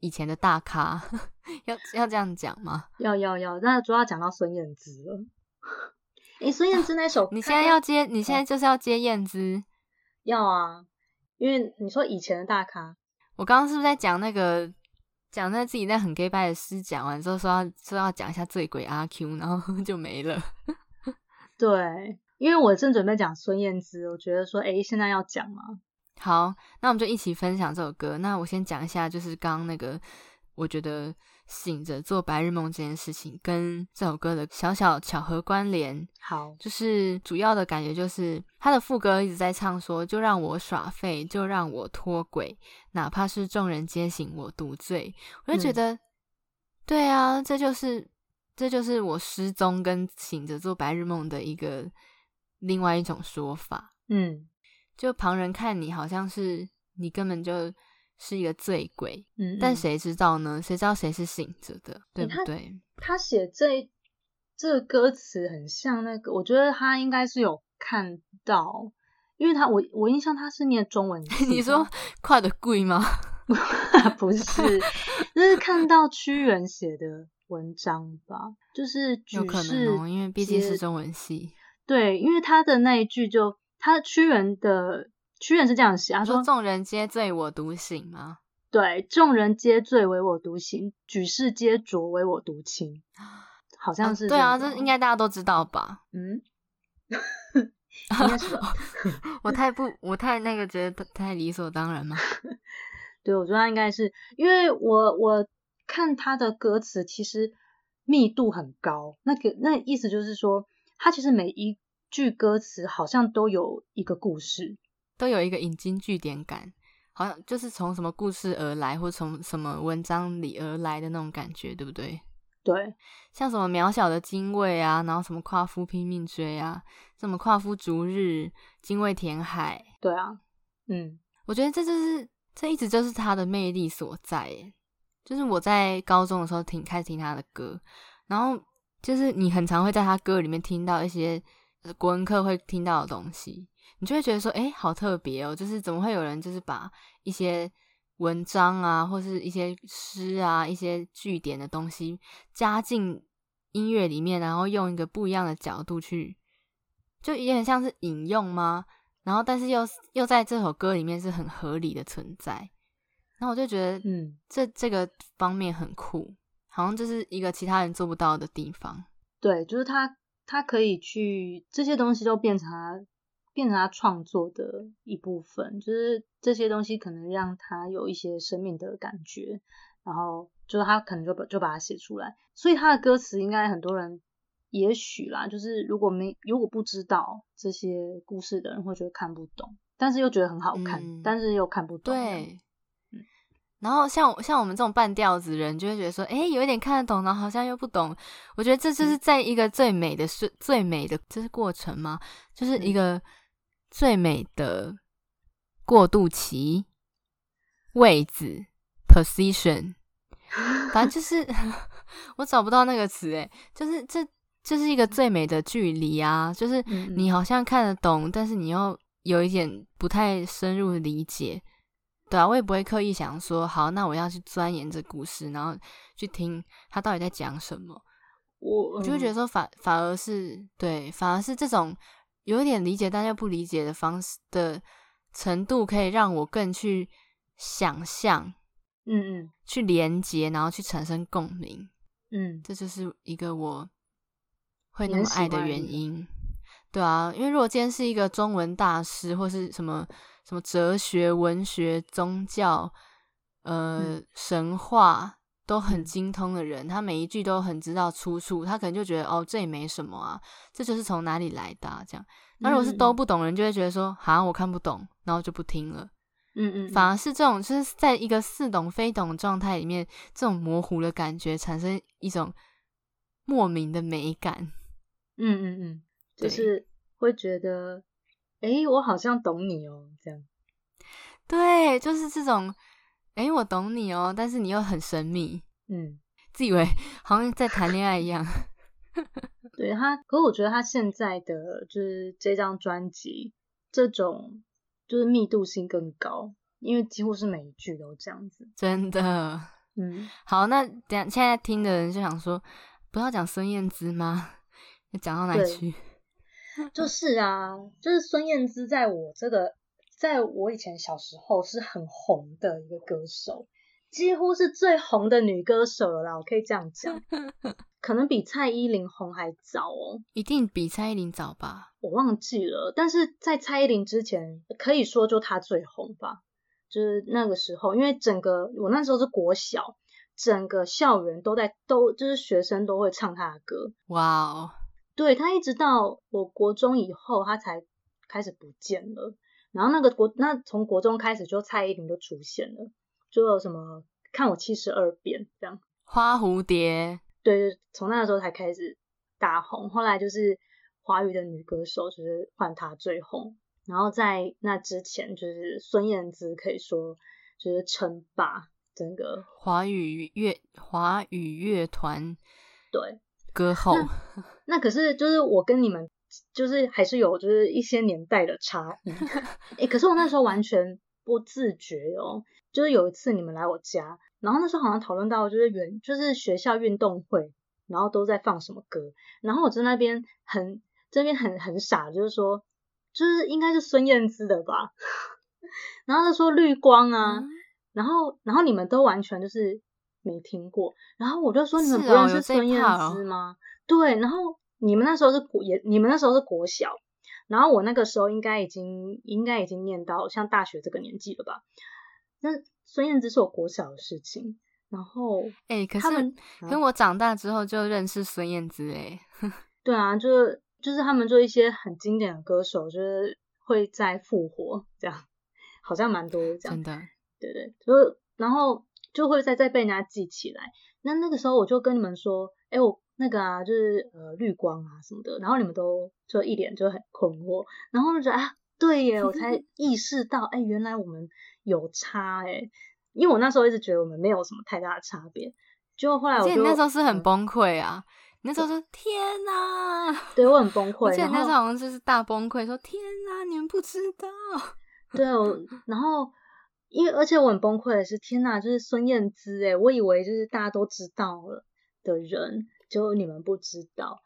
[SPEAKER 2] 以前的大咖， <laughs> 要要这样讲吗？，
[SPEAKER 1] 要要要，那主要讲到孙燕姿了。诶，孙燕姿那首
[SPEAKER 2] 啊你
[SPEAKER 1] 看
[SPEAKER 2] 现在
[SPEAKER 1] 看
[SPEAKER 2] 要接，你现在就是要接燕姿。
[SPEAKER 1] 要啊，因为你说以前的大咖，
[SPEAKER 2] 我刚刚是不是在讲那个讲那自己那很 gay 拜的诗？讲完之后说要说要讲一下醉鬼阿 Q，然后 <laughs> 就没了。
[SPEAKER 1] 对，因为我正准备讲孙燕姿，我觉得说，诶，现在要讲嘛，
[SPEAKER 2] 好，那我们就一起分享这首歌。那我先讲一下，就是刚刚那个，我觉得醒着做白日梦这件事情跟这首歌的小小巧合关联，
[SPEAKER 1] 好，
[SPEAKER 2] 就是主要的感觉就是他的副歌一直在唱说，就让我耍废，就让我脱轨，哪怕是众人皆醒我独醉，我就觉
[SPEAKER 1] 嗯
[SPEAKER 2] 得，对啊，这就是这就是我失踪跟醒着做白日梦的一个另外一种说法。
[SPEAKER 1] 嗯
[SPEAKER 2] 就旁人看你好像是你根本就是一个醉鬼，
[SPEAKER 1] 嗯，
[SPEAKER 2] 但
[SPEAKER 1] 嗯
[SPEAKER 2] 谁知道呢？谁知道谁是醒着的，对不
[SPEAKER 1] 他
[SPEAKER 2] 对？ <laughs>
[SPEAKER 1] 他写这这个歌词很像那个，我觉得他应该是有看到，因为他我我印象他是念中文系的，
[SPEAKER 2] <laughs> 你说跨的贵吗？
[SPEAKER 1] <laughs> 不是，就是看到屈原写的文章吧，就是举
[SPEAKER 2] <laughs> 有可
[SPEAKER 1] 世
[SPEAKER 2] 能哦，因为毕竟是
[SPEAKER 1] 皆
[SPEAKER 2] 中文系。
[SPEAKER 1] 对，因为他的那一句就他屈原的屈原是这样写，他
[SPEAKER 2] 他
[SPEAKER 1] 说
[SPEAKER 2] 说众人皆醉我独醒吗？
[SPEAKER 1] 对，众人皆醉，唯我独醒；举世皆浊，唯我独
[SPEAKER 2] <gasps>
[SPEAKER 1] 清。好像
[SPEAKER 2] 啊
[SPEAKER 1] 是、
[SPEAKER 2] 对啊，这应该大家都知道吧？
[SPEAKER 1] 嗯， <laughs> 应该是吧
[SPEAKER 2] 我太不，我太那个，觉得太理所当然吗？
[SPEAKER 1] 对，我觉得他应该是因为我我看他的歌词其实密度很高，那个那意思就是说，他其实每一句歌词好像都有一个故事。
[SPEAKER 2] 都有一个引经据典感，好像就是从什么故事而来，或从什么文章里而来的那种感觉，对不对？
[SPEAKER 1] 对，
[SPEAKER 2] 像什么渺小的精卫啊，然后什么夸父拼命追啊，什么夸父逐日、精卫填海，
[SPEAKER 1] 对啊，嗯，
[SPEAKER 2] 我觉得这就是这一直就是他的魅力所在耶。就是我在高中的时候听开始听他的歌，然后就是你很常会在他歌里面听到一些呃国文课会听到的东西，你就会觉得说，哎、好特别哦！就是怎么会有人就是把一些文章啊，或是一些诗啊、一些句点的东西加进音乐里面，然后用一个不一样的角度去，就有点像是引用吗？然后但是又又在这首歌里面是很合理的存在，然后我就觉得，
[SPEAKER 1] 嗯，
[SPEAKER 2] 这这个方面很酷，好像就是一个其他人做不到的地方。
[SPEAKER 1] 对，就是他他可以去这些东西都变成他变成他创作的一部分，就是这些东西可能让他有一些生命的感觉，然后就是他可能就把就把它写出来，所以他的歌词应该很多人也许啦，就是如果没如果不知道这些故事的人会觉得看不懂，但是又觉得很好看，
[SPEAKER 2] 嗯
[SPEAKER 1] 但是又看不懂，，
[SPEAKER 2] 对，嗯然后像我像我们这种半吊子人，就会觉得说，诶，有一点看得懂，然后好像又不懂。我觉得这就是在一个最美的是、最美的，这是过程吗？就是一个最美的过渡期位置 position，反正就是 <laughs> 我找不到那个词，诶，就是这就是一个最美的距离啊，就是
[SPEAKER 1] 嗯嗯
[SPEAKER 2] 你好像看得懂，但是你又有一点不太深入理解。对啊，我也不会刻意想说，好，那我要去钻研这故事，然后去听他到底在讲什么。
[SPEAKER 1] 我
[SPEAKER 2] 我就会觉得
[SPEAKER 1] 嗯
[SPEAKER 2] 说反反而是对，反而是这种有一点理解但又不理解的方式的程度，可以让我更去想象、
[SPEAKER 1] 嗯嗯
[SPEAKER 2] 去连接，然后去产生共鸣。
[SPEAKER 1] 嗯，
[SPEAKER 2] 这就是一个我会
[SPEAKER 1] 你
[SPEAKER 2] 那
[SPEAKER 1] 很
[SPEAKER 2] 么
[SPEAKER 1] 喜
[SPEAKER 2] 爱的
[SPEAKER 1] 欢
[SPEAKER 2] 原
[SPEAKER 1] 的
[SPEAKER 2] 因。对啊，因为如果今天是一个中文大师或是什么什么哲学、文学、宗教、呃、
[SPEAKER 1] 嗯
[SPEAKER 2] 神话都很
[SPEAKER 1] 嗯
[SPEAKER 2] 精通的人，他每一句都很知道出处，他可能就觉得哦，这也没什么啊，这就是从哪里来的、啊、这样。那如果是
[SPEAKER 1] 嗯
[SPEAKER 2] 都不懂的人，就会觉得说哈，我看不懂，然后就不听了。
[SPEAKER 1] 嗯嗯嗯
[SPEAKER 2] 反而是这种就是在一个似懂非懂的状态里面，这种模糊的感觉产生一种莫名的美感。 <laughs>
[SPEAKER 1] 嗯嗯嗯，就
[SPEAKER 2] 对
[SPEAKER 1] 是会觉得，诶，我好像懂你哦，这样。
[SPEAKER 2] 对，就是这种，诶，我懂你哦，但是你又很神秘，
[SPEAKER 1] 嗯，
[SPEAKER 2] 自以为 <laughs> 好像在谈恋爱一样。 <laughs>
[SPEAKER 1] 对他，可我觉得他现在的就是这张专辑，这种就是密度性更高，因为几乎是每一句都这样子。
[SPEAKER 2] 真的。
[SPEAKER 1] 嗯，
[SPEAKER 2] 好，那等下现在听的人就想说，不要讲孙燕姿吗？要讲到哪里
[SPEAKER 1] 对
[SPEAKER 2] 去？
[SPEAKER 1] 就是啊，就是孙燕姿在我这个，在我以前小时候是很红的一个歌手，几乎是最红的女歌手了啦，我可以这样 <laughs> 讲，可能比蔡依林红还早哦。
[SPEAKER 2] 一定比蔡依林早吧？
[SPEAKER 1] 我忘记了，但是在蔡依林之前，可以说就她最红吧。就是那个时候，因为整个我那时候是国小，整个校园都在都就是学生都会唱她的歌。
[SPEAKER 2] 哇哦，
[SPEAKER 1] 对她一直到我国中以后，她才开始不见了。然后那个国那从国中开始就蔡依林就出现了，就有什么看我七十二变这样。
[SPEAKER 2] 花蝴蝶，
[SPEAKER 1] 对，从那个时候才开始大红。后来就是华语的女歌手，就是换她最红。然后在那之前，就是孙燕姿可以说就是称霸整个
[SPEAKER 2] 华语乐华语乐团
[SPEAKER 1] 对。
[SPEAKER 2] 歌后，
[SPEAKER 1] 那可是就是我跟你们就是还是有就是一些年代的差异。诶，可是我那时候完全不自觉哦。就是有一次你们来我家，然后那时候好像讨论到就是原就是学校运动会，然后都在放什么歌，然后我在那边很这边很很傻，就是说就是应该是孙燕姿的吧， <laughs> 然后他说绿光啊，
[SPEAKER 2] 嗯
[SPEAKER 1] 然后然后你们都完全就是没听过，然后我就说你们
[SPEAKER 2] 是
[SPEAKER 1] 不
[SPEAKER 2] 哦
[SPEAKER 1] 认
[SPEAKER 2] 有
[SPEAKER 1] 识
[SPEAKER 2] 这
[SPEAKER 1] 孙
[SPEAKER 2] 一
[SPEAKER 1] 燕
[SPEAKER 2] 趴哦
[SPEAKER 1] 姿吗？对，然后你们那时候是国也你们那时候是国小，然后我那个时候应该已经应该已经念到像大学这个年纪了吧？那孙燕姿是我国小的事情，然后
[SPEAKER 2] 哎、可
[SPEAKER 1] 他们嗯
[SPEAKER 2] 是跟我长大之后就认识孙燕姿、诶，
[SPEAKER 1] 对啊，就是就是他们就一些很经典的歌手，就是会在复活这样，好像蛮多这样
[SPEAKER 2] 真，的，
[SPEAKER 1] 对对，就是然后就会再再被人家记起来。那那个时候我就跟你们说，哎，我那个啊，就是呃绿光啊什么的，然后你们都就一脸就很困惑，然后我就觉得啊，对耶，我
[SPEAKER 2] <laughs>
[SPEAKER 1] 才意识到，哎，原来我们有差哎，因为我那时候一直觉得我们没有什么太大的差别。结果后来
[SPEAKER 2] 而
[SPEAKER 1] 我
[SPEAKER 2] 且
[SPEAKER 1] 就
[SPEAKER 2] 你那时候是很
[SPEAKER 1] 嗯
[SPEAKER 2] 崩溃啊，你那时候说天哪、
[SPEAKER 1] 对我很崩
[SPEAKER 2] 我
[SPEAKER 1] 溃，
[SPEAKER 2] 记得
[SPEAKER 1] 然
[SPEAKER 2] 你那时
[SPEAKER 1] 后
[SPEAKER 2] 候好像就是大崩溃，说天哪、你们不知道， <laughs>
[SPEAKER 1] 对，啊我然后因为而且我很崩溃的是，天呐，就是孙燕姿诶，我以为就是大家都知道了的人，结果你们不知道。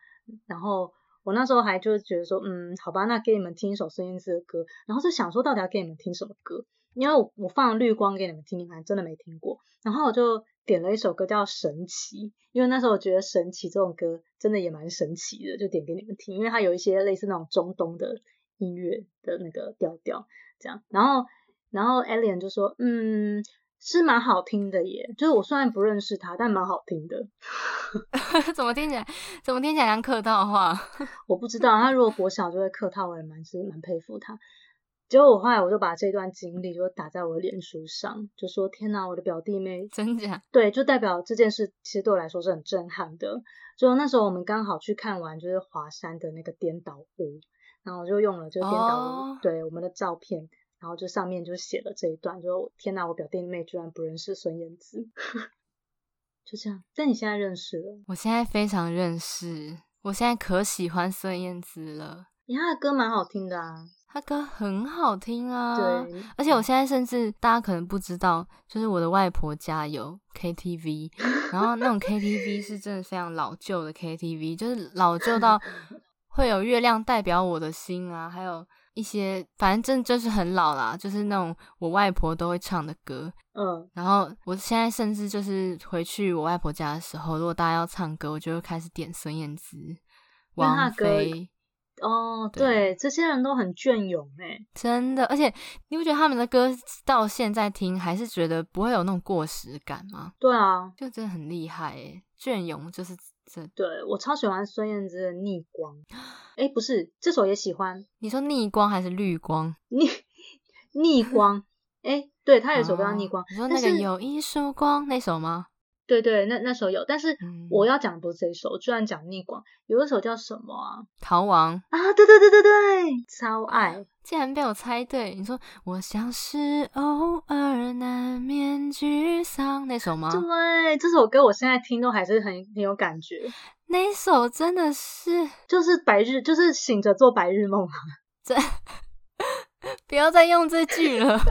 [SPEAKER 1] 然后我那时候还就是觉得说，嗯，好吧，那给你们听一首孙燕姿的歌，然后就想说到底要给你们听什么歌，因为我我放了绿光给你们听听看，真的没听过。然后我就点了一首歌叫《神奇》，因为那时候我觉得《神奇》这种歌真的也蛮神奇的，就点给你们听，因为它有一些类似那种中东的音乐的那个调调。这样。然后，然后 Alien 就说，嗯，是蛮好听的耶，就是我虽然不认识他，但蛮好听的。
[SPEAKER 2] 怎么听起来，怎么听起来像客套话？ <laughs>
[SPEAKER 1] 我不知道他如果国小就会客套，我也蛮是蛮佩服他。结果我后来我就把这段经历就打在我的脸书上，就说天哪，我的表弟妹
[SPEAKER 2] 真假？
[SPEAKER 1] 对，就代表这件事其实对我来说是很震撼的。就那时候我们刚好去看完就是华山的那个颠倒屋，然后我就用了就是颠倒屋、
[SPEAKER 2] 哦
[SPEAKER 1] 对我们的照片，然后就上面就写了这一段，就天哪，我表弟妹居然不认识孙燕姿， <laughs> 就这样。但你现在认识了，
[SPEAKER 2] 我现在非常认识，我现在可喜欢孙燕姿了，
[SPEAKER 1] 你他的歌蛮好听的啊，
[SPEAKER 2] 她歌很好听啊。
[SPEAKER 1] 对，
[SPEAKER 2] 而且我现在甚至大家可能不知道，就是我的外婆家有 KTV，然后那种 KTV 是真的非常老旧的 KTV，就是老
[SPEAKER 1] <laughs>
[SPEAKER 2] 旧到会有月亮代表我的心啊，还有一些反正真就是很老啦，就是那种我外婆都会唱的歌。
[SPEAKER 1] 嗯
[SPEAKER 2] 然后我现在甚至就是回去我外婆家的时候，如果大家要唱歌，我就会开始点孙燕姿、
[SPEAKER 1] 那她
[SPEAKER 2] 王
[SPEAKER 1] 的歌
[SPEAKER 2] 菲，
[SPEAKER 1] 哦，
[SPEAKER 2] 对
[SPEAKER 1] 对，这些人都很隽永哎，
[SPEAKER 2] 真的。而且你不觉得他们的歌到现在听，还是觉得不会有那种过时感吗？
[SPEAKER 1] 对啊，
[SPEAKER 2] 就真的很厉害诶、隽永就是这。
[SPEAKER 1] 对我超喜欢孙燕姿的《逆光》，哎，不是，这首也喜欢。
[SPEAKER 2] 你说逆光还是绿光？
[SPEAKER 1] 逆逆光，哎、对他有一首歌叫《逆光
[SPEAKER 2] 哦》，你说
[SPEAKER 1] 但
[SPEAKER 2] 那个
[SPEAKER 1] 是
[SPEAKER 2] 有一束光那首吗？
[SPEAKER 1] 对对，那那首有，但是
[SPEAKER 2] 嗯
[SPEAKER 1] 我要讲的不是这一首，居然讲逆广，有一首叫什么啊？
[SPEAKER 2] 逃亡
[SPEAKER 1] 啊，对对对对对，超爱，
[SPEAKER 2] 竟然被我猜对！你说我像是偶尔难免沮丧那首吗？
[SPEAKER 1] 对，这首歌我现在听都还是很很有感觉，
[SPEAKER 2] 那首真的是，
[SPEAKER 1] 就是白日，就是醒着做白日梦啊。
[SPEAKER 2] 不要再用这句了， <laughs>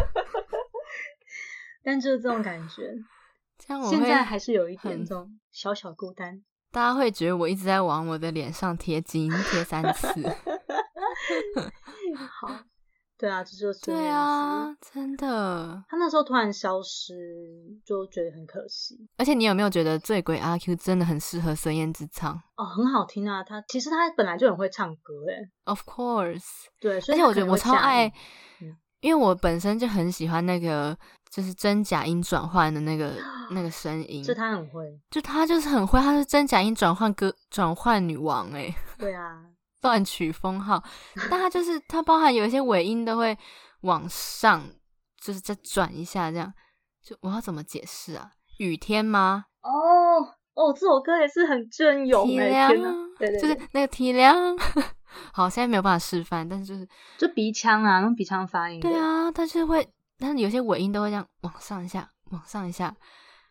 [SPEAKER 1] 但就是这种感觉，
[SPEAKER 2] 这样我
[SPEAKER 1] 现
[SPEAKER 2] 会
[SPEAKER 1] 在还是有一点
[SPEAKER 2] 很
[SPEAKER 1] 这种小小孤
[SPEAKER 2] <laughs>
[SPEAKER 1] 单。
[SPEAKER 2] 大家会觉得我一直在往我的脸上贴金，贴三次。
[SPEAKER 1] 好，对啊，这就是
[SPEAKER 2] 对啊，真的。
[SPEAKER 1] 他那时候突然消失，就觉得很可惜
[SPEAKER 2] 而且你有没有觉得《醉鬼阿 Q》真的很适合孙燕姿唱
[SPEAKER 1] 哦，很好听啊。他其实他本来就很会唱歌，诶，
[SPEAKER 2] ？Of course，
[SPEAKER 1] 对，所
[SPEAKER 2] 而
[SPEAKER 1] 以
[SPEAKER 2] 且
[SPEAKER 1] 他
[SPEAKER 2] 我
[SPEAKER 1] 可
[SPEAKER 2] 觉得
[SPEAKER 1] 能
[SPEAKER 2] 我
[SPEAKER 1] 会
[SPEAKER 2] 超
[SPEAKER 1] 驾驭
[SPEAKER 2] 爱
[SPEAKER 1] 嗯，
[SPEAKER 2] 因为我本身就很喜欢那个就是真假音转换的那个
[SPEAKER 1] <gasps>
[SPEAKER 2] 那个声音，
[SPEAKER 1] 这他很会，
[SPEAKER 2] 就她就是很会，她是真假音转换歌转换女王哎、
[SPEAKER 1] 对
[SPEAKER 2] <laughs>
[SPEAKER 1] 啊，
[SPEAKER 2] 乱取
[SPEAKER 1] <laughs>
[SPEAKER 2] 封号，但她就是她包含有一些尾音都会往上，就是再转一下这样，就我要怎么解释啊？雨天吗？
[SPEAKER 1] 哦哦，这首歌也是很隽永
[SPEAKER 2] 体
[SPEAKER 1] 诶，
[SPEAKER 2] 谅
[SPEAKER 1] 哎天哪，对对
[SPEAKER 2] 啊就
[SPEAKER 1] 对，
[SPEAKER 2] 是那个体谅。 <laughs> 好，现在没有办法示范，但是就是
[SPEAKER 1] 就鼻腔啊，用鼻腔发音，
[SPEAKER 2] 对，啊，它是会，但是有些尾音都会这样往上一下，往上一下，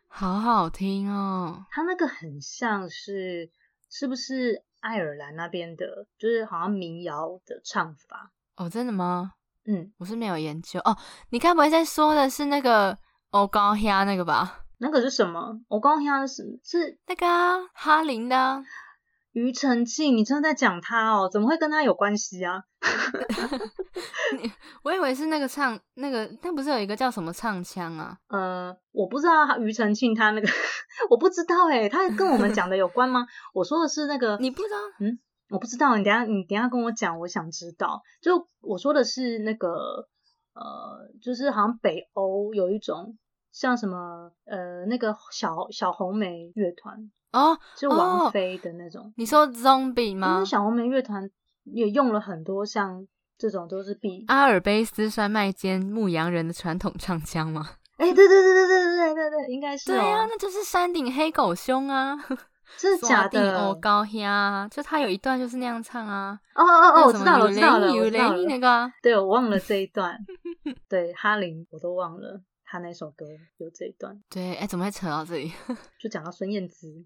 [SPEAKER 2] 好好听哦。
[SPEAKER 1] 他那个很像是是不是爱尔兰那边的，就是好像民谣的唱法，
[SPEAKER 2] 哦，真的吗？
[SPEAKER 1] 嗯，
[SPEAKER 2] 我是没有研究哦。你该不会在说的是那个哦高虾那个吧？
[SPEAKER 1] 那个是什么？我刚刚听到是是
[SPEAKER 2] 那个啊，哈林的啊、
[SPEAKER 1] 庾澄庆，你真的在讲他哦？怎么会跟他有关系啊？
[SPEAKER 2] 我以为是那个唱那个，那不是有一个叫什么唱腔啊？
[SPEAKER 1] 呃，我不知道他庾澄庆他那个， <laughs> 我不知道诶、他跟我们讲的有关吗？我说的是那个，
[SPEAKER 2] 你不知道？
[SPEAKER 1] 我不知道，你等一下你等一下跟我讲，我想知道。就我说的是那个呃，就是好像北欧有一种像什么呃那个小小红梅乐团，
[SPEAKER 2] 哦，
[SPEAKER 1] 就王
[SPEAKER 2] 哦
[SPEAKER 1] 菲的那种，
[SPEAKER 2] 你说 Zombie
[SPEAKER 1] 因
[SPEAKER 2] 吗
[SPEAKER 1] 为？小红梅乐团也用了很多像这种都是必
[SPEAKER 2] 阿尔卑斯山脉间牧羊人的传统唱腔吗？
[SPEAKER 1] 哎、对对对对对对对对，应该是、哦。
[SPEAKER 2] 对啊呀、那就是山顶黑狗凶啊，
[SPEAKER 1] 真
[SPEAKER 2] <laughs>
[SPEAKER 1] 的假的？
[SPEAKER 2] 哦
[SPEAKER 1] 哦
[SPEAKER 2] 高虾啊，就他有一段就是那样唱啊。
[SPEAKER 1] 哦哦，
[SPEAKER 2] 那
[SPEAKER 1] 我知
[SPEAKER 2] 什么
[SPEAKER 1] 道了，我知道了，
[SPEAKER 2] 有
[SPEAKER 1] 我知
[SPEAKER 2] 雷
[SPEAKER 1] 道
[SPEAKER 2] 有雷那
[SPEAKER 1] 了。
[SPEAKER 2] 个啊，
[SPEAKER 1] 对，我忘了这一段。对，哈林我都忘了，他那首歌有这一段，
[SPEAKER 2] 对，哎，怎么会扯到这里？
[SPEAKER 1] 就讲到孙燕姿。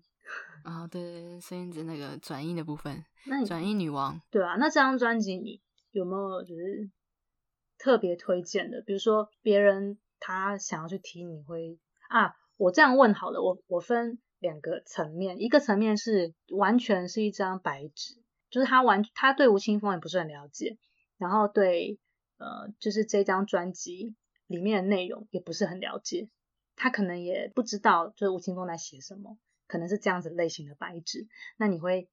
[SPEAKER 2] 啊、对对对，孙燕姿那个转音的部分，
[SPEAKER 1] 那你
[SPEAKER 2] 转音女王。
[SPEAKER 1] 对啊，那这张专辑你有没有就是特别推荐的？比如说别人他想要去听，你会啊？我这样问好了，我我分两个层面，一个层面是完全是一张白纸，就是他完他对吴青峰也不是很了解，然后对呃就是这张专辑里面的内容也不是很了解，他可能也不知道就是吴青峰在写什么，可能是这样子类型的白纸。那你会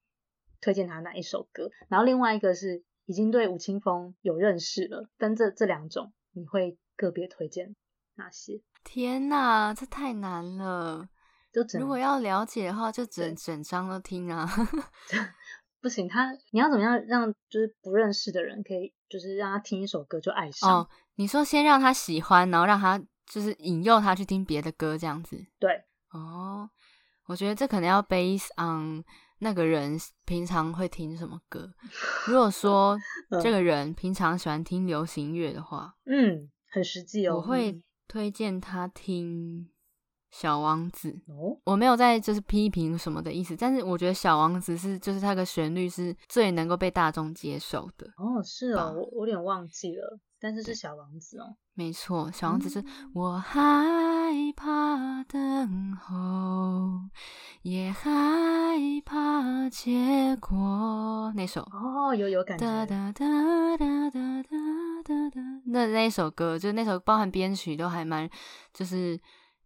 [SPEAKER 1] 推荐他哪一首歌？然后另外一个是已经对吴青峰有认识了，但这这两种你会个别推荐哪些？
[SPEAKER 2] 天哪，这太难了！
[SPEAKER 1] 就只
[SPEAKER 2] 如
[SPEAKER 1] 能
[SPEAKER 2] 果要了解的话，就整
[SPEAKER 1] 对
[SPEAKER 2] 整张都听啊。
[SPEAKER 1] 不行，他你要怎么样让就是不认识的人可以就是让他听一首歌就爱上？
[SPEAKER 2] 哦，你说先让他喜欢，然后让他就是引诱他去听别的歌这样子。
[SPEAKER 1] 对，
[SPEAKER 2] 哦，我觉得这可能要 based on 那个人平常会听什么
[SPEAKER 1] <laughs>
[SPEAKER 2] 歌。如果说
[SPEAKER 1] 嗯
[SPEAKER 2] 这个人平常喜欢听流行乐的话，
[SPEAKER 1] 嗯，很实际哦。
[SPEAKER 2] 我会
[SPEAKER 1] 嗯
[SPEAKER 2] 推荐他听《小王子》。
[SPEAKER 1] 哦，
[SPEAKER 2] 我没有在就是批评什么的意思，但是我觉得《小王子》是就是它的旋律是最能够被大众接受的。
[SPEAKER 1] 哦是
[SPEAKER 2] 吧
[SPEAKER 1] 哦，我我有点忘记了，但是是小王子哦。
[SPEAKER 2] 没错，《小王子》是
[SPEAKER 1] 嗯
[SPEAKER 2] 我害怕等候，也害怕结果。那首
[SPEAKER 1] 哦，有有感觉，
[SPEAKER 2] 哒哒哒哒哒哒哒哒，那那一首歌，就那首包含编曲都还蛮，就是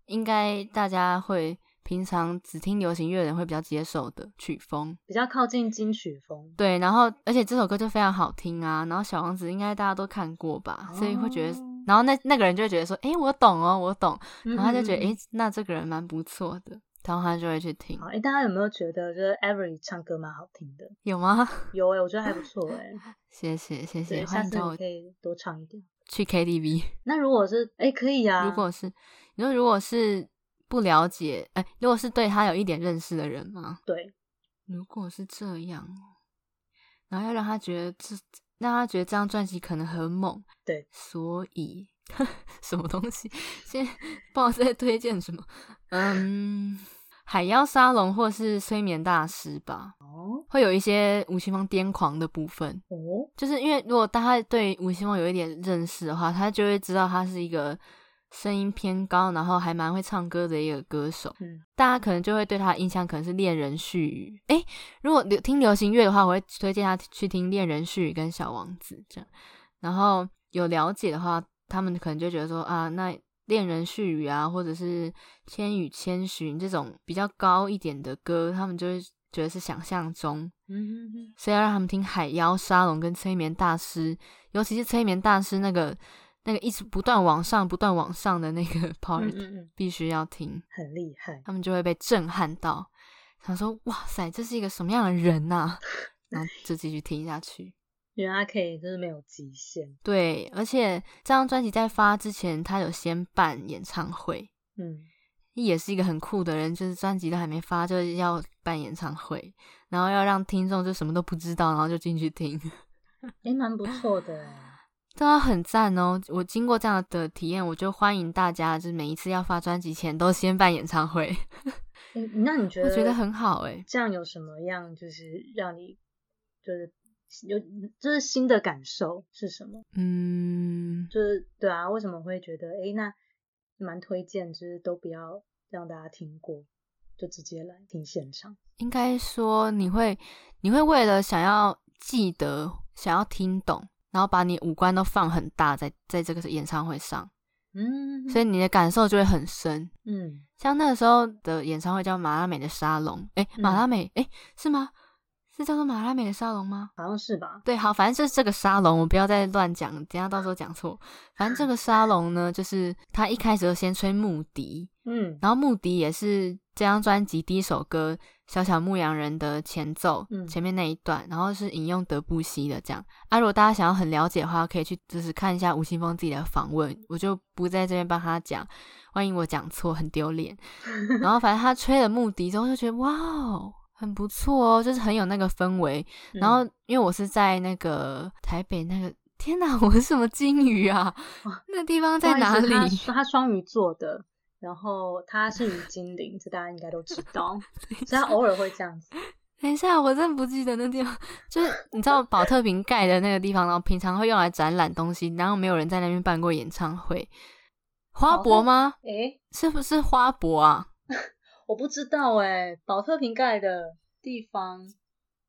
[SPEAKER 2] 应该大家会平常只听流行乐的人会比较接受的曲风。
[SPEAKER 1] 比较靠近金曲风。
[SPEAKER 2] 对，然后而且这首歌就非常好听啊，然后小王子应该大家都看过吧，所以会觉得
[SPEAKER 1] 哦，
[SPEAKER 2] 然后那那个人就会觉得说，诶，我懂哦，我懂，
[SPEAKER 1] 嗯
[SPEAKER 2] 然后他就觉
[SPEAKER 1] 嗯
[SPEAKER 2] 得，
[SPEAKER 1] 嗯
[SPEAKER 2] 诶，那这个人蛮不错的，然后他就会去听
[SPEAKER 1] 好，，哎、大家有没有觉得就是 Avery 唱歌蛮好听的？
[SPEAKER 2] 有吗？ <laughs>
[SPEAKER 1] 有哎、我觉得还不错哎、
[SPEAKER 2] 谢谢谢谢，
[SPEAKER 1] 对，下
[SPEAKER 2] 欢
[SPEAKER 1] 次
[SPEAKER 2] 迎找
[SPEAKER 1] 你
[SPEAKER 2] 我
[SPEAKER 1] 可以多唱一点。
[SPEAKER 2] 去 KTV。
[SPEAKER 1] 那如果是哎、可以呀、
[SPEAKER 2] 如果是你说如果是不了解，哎、如果是对他有一点认识的人吗？
[SPEAKER 1] 对，
[SPEAKER 2] 如果是这样，然后要让他觉得这，让他觉得这张专辑可能很猛，
[SPEAKER 1] 对，
[SPEAKER 2] 所以 <laughs> 什么东西？现在不知道在推荐什么，嗯，海妖沙龙或是催眠大师吧，
[SPEAKER 1] 哦
[SPEAKER 2] 会有一些吴青峰癫狂的部分，
[SPEAKER 1] 哦，
[SPEAKER 2] 就是因为如果大家对吴青峰有一点认识的话，他就会知道他是一个声音偏高，然后还蛮会唱歌的一个歌手。
[SPEAKER 1] 嗯，
[SPEAKER 2] 大家可能就会对他的印象可能是《恋人絮语》。诶，如果流听流行乐的话，我会推荐他去听《恋人絮语》跟《小王子》这样。然后有了解的话，他们可能就觉得说啊，那《恋人絮语》啊，或者是《千与千寻》这种比较高一点的歌，他们就会觉得是想象中
[SPEAKER 1] 嗯哼
[SPEAKER 2] 所以要让他们听海妖沙龙跟催眠大师，尤其是催眠大师那个那个一直不断往上、不断往上的那个 part，、
[SPEAKER 1] 嗯嗯嗯，
[SPEAKER 2] 必须要听，
[SPEAKER 1] <laughs> 很厉害，
[SPEAKER 2] 他们就会被震撼到，想说哇塞，这是一个什么样的人呐、然后就继续听下去。
[SPEAKER 1] 因为他可以就是没有极限，
[SPEAKER 2] 对，而且这张专辑在发之前，他有先办演唱会，
[SPEAKER 1] 嗯，
[SPEAKER 2] 也是一个很酷的人，就是专辑都还没发，就是要办演唱会，然后要让听众就什么都不知道，然后就进去听。 <laughs>
[SPEAKER 1] 也哎蛮不错的欸，
[SPEAKER 2] 对啊，很赞哦！我经过这样的体验，我就欢迎大家，就是每一次要发专辑前都先办演唱会， <laughs>
[SPEAKER 1] 欸诶那你觉
[SPEAKER 2] 我
[SPEAKER 1] 得？
[SPEAKER 2] 觉得很好哎。
[SPEAKER 1] 这样有什么样就是让你就是有就是新的感受是什么？
[SPEAKER 2] 嗯，
[SPEAKER 1] 就是对啊，为什么会觉得诶，那蛮推荐，就是都不要让大家听过，就直接来听现场。
[SPEAKER 2] 应该说你会，你会为了想要记得、想要听懂，然后把你五官都放很大在在这个演唱会上，
[SPEAKER 1] 嗯，
[SPEAKER 2] 所以你的感受就会很深。
[SPEAKER 1] 嗯，
[SPEAKER 2] 像那个时候的演唱会叫马拉美的沙龙，诶，
[SPEAKER 1] 嗯
[SPEAKER 2] 马拉美，诶，是吗？是叫做马拉美的沙龙吗？
[SPEAKER 1] 好像是吧？
[SPEAKER 2] 对，好，反正就是这个沙龙，我不要再乱讲，等一下到时候讲错。反正这个沙龙呢，就是他一开始就先吹木笛，
[SPEAKER 1] 嗯
[SPEAKER 2] 然后木笛也是这张专辑第一首歌《小小牧羊人》的前奏，
[SPEAKER 1] 嗯
[SPEAKER 2] 前面那一段，然后是引用德布西的这样。啊，如果大家想要很了解的话，可以去就是看一下吴青峰自己的访问，我就不在这边帮他讲，万一我讲错很
[SPEAKER 1] <laughs>
[SPEAKER 2] 丢脸。然后反正他吹了木笛之后，就觉得哇哦，很不错哦，就是很有那个氛围。
[SPEAKER 1] 嗯
[SPEAKER 2] 然后因为我是在那个台北那个，天哪，我是什么金鱼啊？那地方在
[SPEAKER 1] 不好
[SPEAKER 2] 哪
[SPEAKER 1] 意思
[SPEAKER 2] 里？ <laughs>
[SPEAKER 1] 他他双鱼座的，然后他是鱼精灵，这大家应该都知道，所以他偶尔会这样子。
[SPEAKER 2] <laughs> 等一下，我真的不记得那地方，就是你知道宝特瓶盖的那个地方，然后平常会用来展览东西，然后没有人在那边办过演唱会。花博吗？
[SPEAKER 1] 诶，
[SPEAKER 2] 是不是花博啊？
[SPEAKER 1] 我不知道诶，保特瓶盖的地方，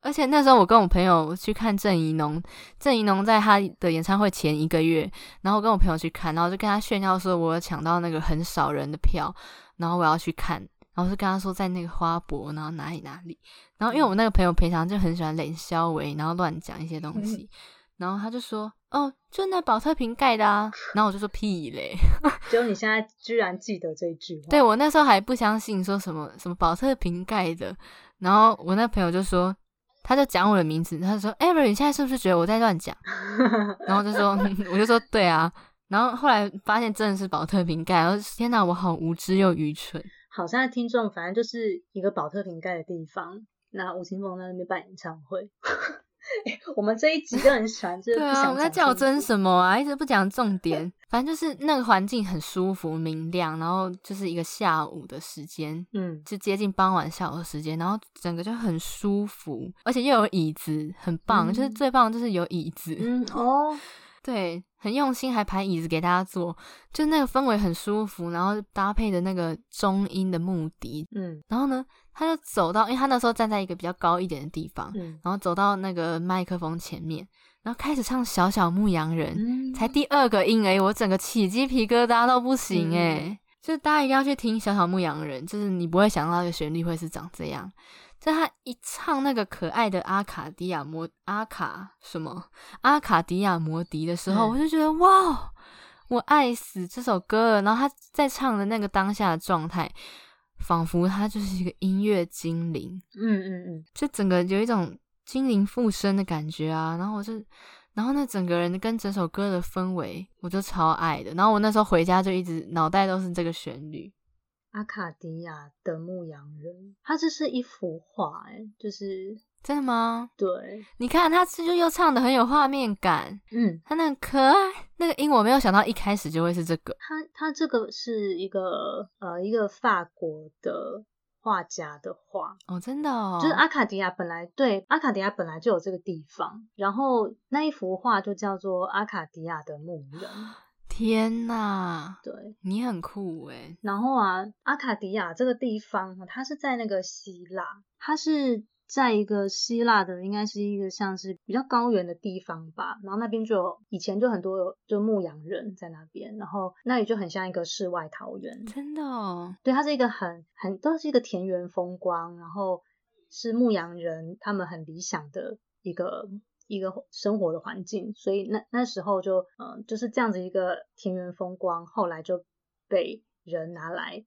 [SPEAKER 2] 而且那时候我跟我朋友去看郑怡农，郑怡农在他的演唱会前一个月，然后我跟我朋友去看，然后就跟他炫耀说我有抢到那个很少人的票，然后我要去看，然后就跟他说在那个花博，然后哪里哪里，然后因为我那个朋友平常就很喜欢冷消维，然后乱讲一些东西，然后他就说哦，就那保特瓶盖的啊，然后我就说屁嘞，
[SPEAKER 1] 结果你现在居然记得这一句话。
[SPEAKER 2] 对我那时候还不相信，说什么什么保特瓶盖的。然后我那朋友就说，他就讲我的名字，他就说 e v e r 你现在是不是觉得我在
[SPEAKER 1] <laughs>
[SPEAKER 2] 乱讲？然后就说， <laughs> 我就说对啊。然后后来发现真的是保特瓶盖，然后天哪，我好无知又愚蠢。
[SPEAKER 1] 好，现在听众反正就是一个保特瓶盖的地方，那吴青峰在那边办演唱会。 <laughs> 欸我们这一集就很喜欢，就是
[SPEAKER 2] <laughs> 对
[SPEAKER 1] 不
[SPEAKER 2] 啊，
[SPEAKER 1] 想
[SPEAKER 2] 我在
[SPEAKER 1] 讲
[SPEAKER 2] 较真
[SPEAKER 1] 清楚
[SPEAKER 2] 什么啊？一直不讲重点，反正就是那个环境很舒服、明亮，然后就是一个下午的时间，
[SPEAKER 1] 嗯
[SPEAKER 2] 就接近傍晚下午的时间，然后整个就很舒服，而且又有椅子，很棒。
[SPEAKER 1] 嗯
[SPEAKER 2] 就是最棒的就是有椅子，
[SPEAKER 1] 嗯哦，
[SPEAKER 2] <laughs> 对，很用心，还排椅子给大家坐，就那个氛围很舒服，然后搭配的那个中音的木笛，
[SPEAKER 1] 嗯
[SPEAKER 2] 然后呢，他就走到，因为他那时候站在一个比较高一点的地方，
[SPEAKER 1] 嗯
[SPEAKER 2] 然后走到那个麦克风前面，然后开始唱《小小牧羊人》。
[SPEAKER 1] 嗯，
[SPEAKER 2] 才第二个音而已，我整个起鸡皮疙瘩到不行
[SPEAKER 1] 嗯
[SPEAKER 2] 哎、就是大家一定要去听《小小牧羊人》，就是你不会想到的旋律会是长这样。就他一唱那个可爱的阿卡迪亚摩阿卡什么阿卡迪亚摩迪的时候，
[SPEAKER 1] 嗯
[SPEAKER 2] 我就觉得哇，我爱死这首歌了。然后他在唱的那个当下的状态，仿佛他就是一个音乐精灵。
[SPEAKER 1] 嗯嗯嗯，
[SPEAKER 2] 就整个有一种精灵附身的感觉啊。然后我就，然后那整个人跟整首歌的氛围，我就超爱的。然后我那时候回家就一直脑袋都是这个旋律，
[SPEAKER 1] 阿卡迪亚的牧羊人，它这是一幅画，哎，就是
[SPEAKER 2] 真的吗？
[SPEAKER 1] 对，
[SPEAKER 2] 你看他这就又唱的很有画面感，
[SPEAKER 1] 嗯，
[SPEAKER 2] 他那个可爱那个音，我没有想到一开始就会是这个。
[SPEAKER 1] 它它这个是一个呃一个法国的画家的画，
[SPEAKER 2] 哦，真的哦，
[SPEAKER 1] 就是啊阿卡迪亚本来对阿卡迪亚本来就有这个地方，然后那一幅画就叫做阿卡迪亚的牧人，
[SPEAKER 2] 天呐，
[SPEAKER 1] 对。
[SPEAKER 2] 你很酷欸诶，
[SPEAKER 1] 然后啊，阿卡迪亚这个地方，它是在那个希腊，它是在一个希腊的，应该是一个像是比较高原的地方吧。然后那边就有以前就很多有就牧羊人在那边，然后那里就很像一个世外桃源。
[SPEAKER 2] 真的哦，
[SPEAKER 1] 对，它是一个很很都是一个田园风光，然后是牧羊人他们很理想的一个一个生活的环境，所以那那时候就嗯、呃就是这样子一个田园风光，后来就被人拿来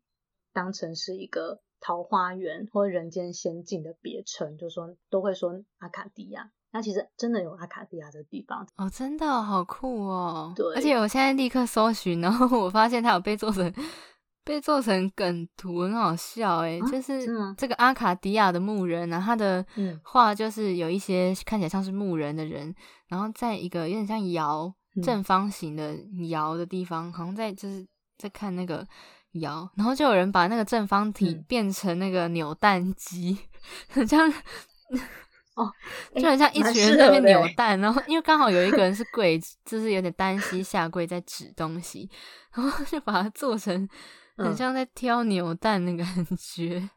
[SPEAKER 1] 当成是一个桃花源或人间仙境的别称，就说都会说阿卡迪亚。那其实真的有阿卡迪亚这个地方，
[SPEAKER 2] 哦，真的哦好酷哦。
[SPEAKER 1] 对
[SPEAKER 2] 而且我现在立刻搜寻，然后我发现它有被做成被做成梗图，很好笑诶，
[SPEAKER 1] 啊
[SPEAKER 2] 就是
[SPEAKER 1] 是吗
[SPEAKER 2] 这个阿卡迪亚的牧人啊，他的
[SPEAKER 1] 嗯
[SPEAKER 2] 画就是有一些看起来像是牧人的人，然后在一个有点像窑
[SPEAKER 1] 嗯
[SPEAKER 2] 正方形的窑的地方，好像在就是在看那个。窑，然后就有人把那个正方体
[SPEAKER 1] 嗯
[SPEAKER 2] 变成那个扭蛋机，很像
[SPEAKER 1] 诶
[SPEAKER 2] 就很像一
[SPEAKER 1] 嗯蛮
[SPEAKER 2] 群人
[SPEAKER 1] 适
[SPEAKER 2] 在那
[SPEAKER 1] 合
[SPEAKER 2] 边
[SPEAKER 1] 的
[SPEAKER 2] 扭
[SPEAKER 1] 欸
[SPEAKER 2] 蛋，然后因为刚好有一个人是跪， <laughs> 就是有点单膝下跪在指东西， <laughs> 然后就把它做成很
[SPEAKER 1] 嗯
[SPEAKER 2] 像在挑扭蛋的感觉，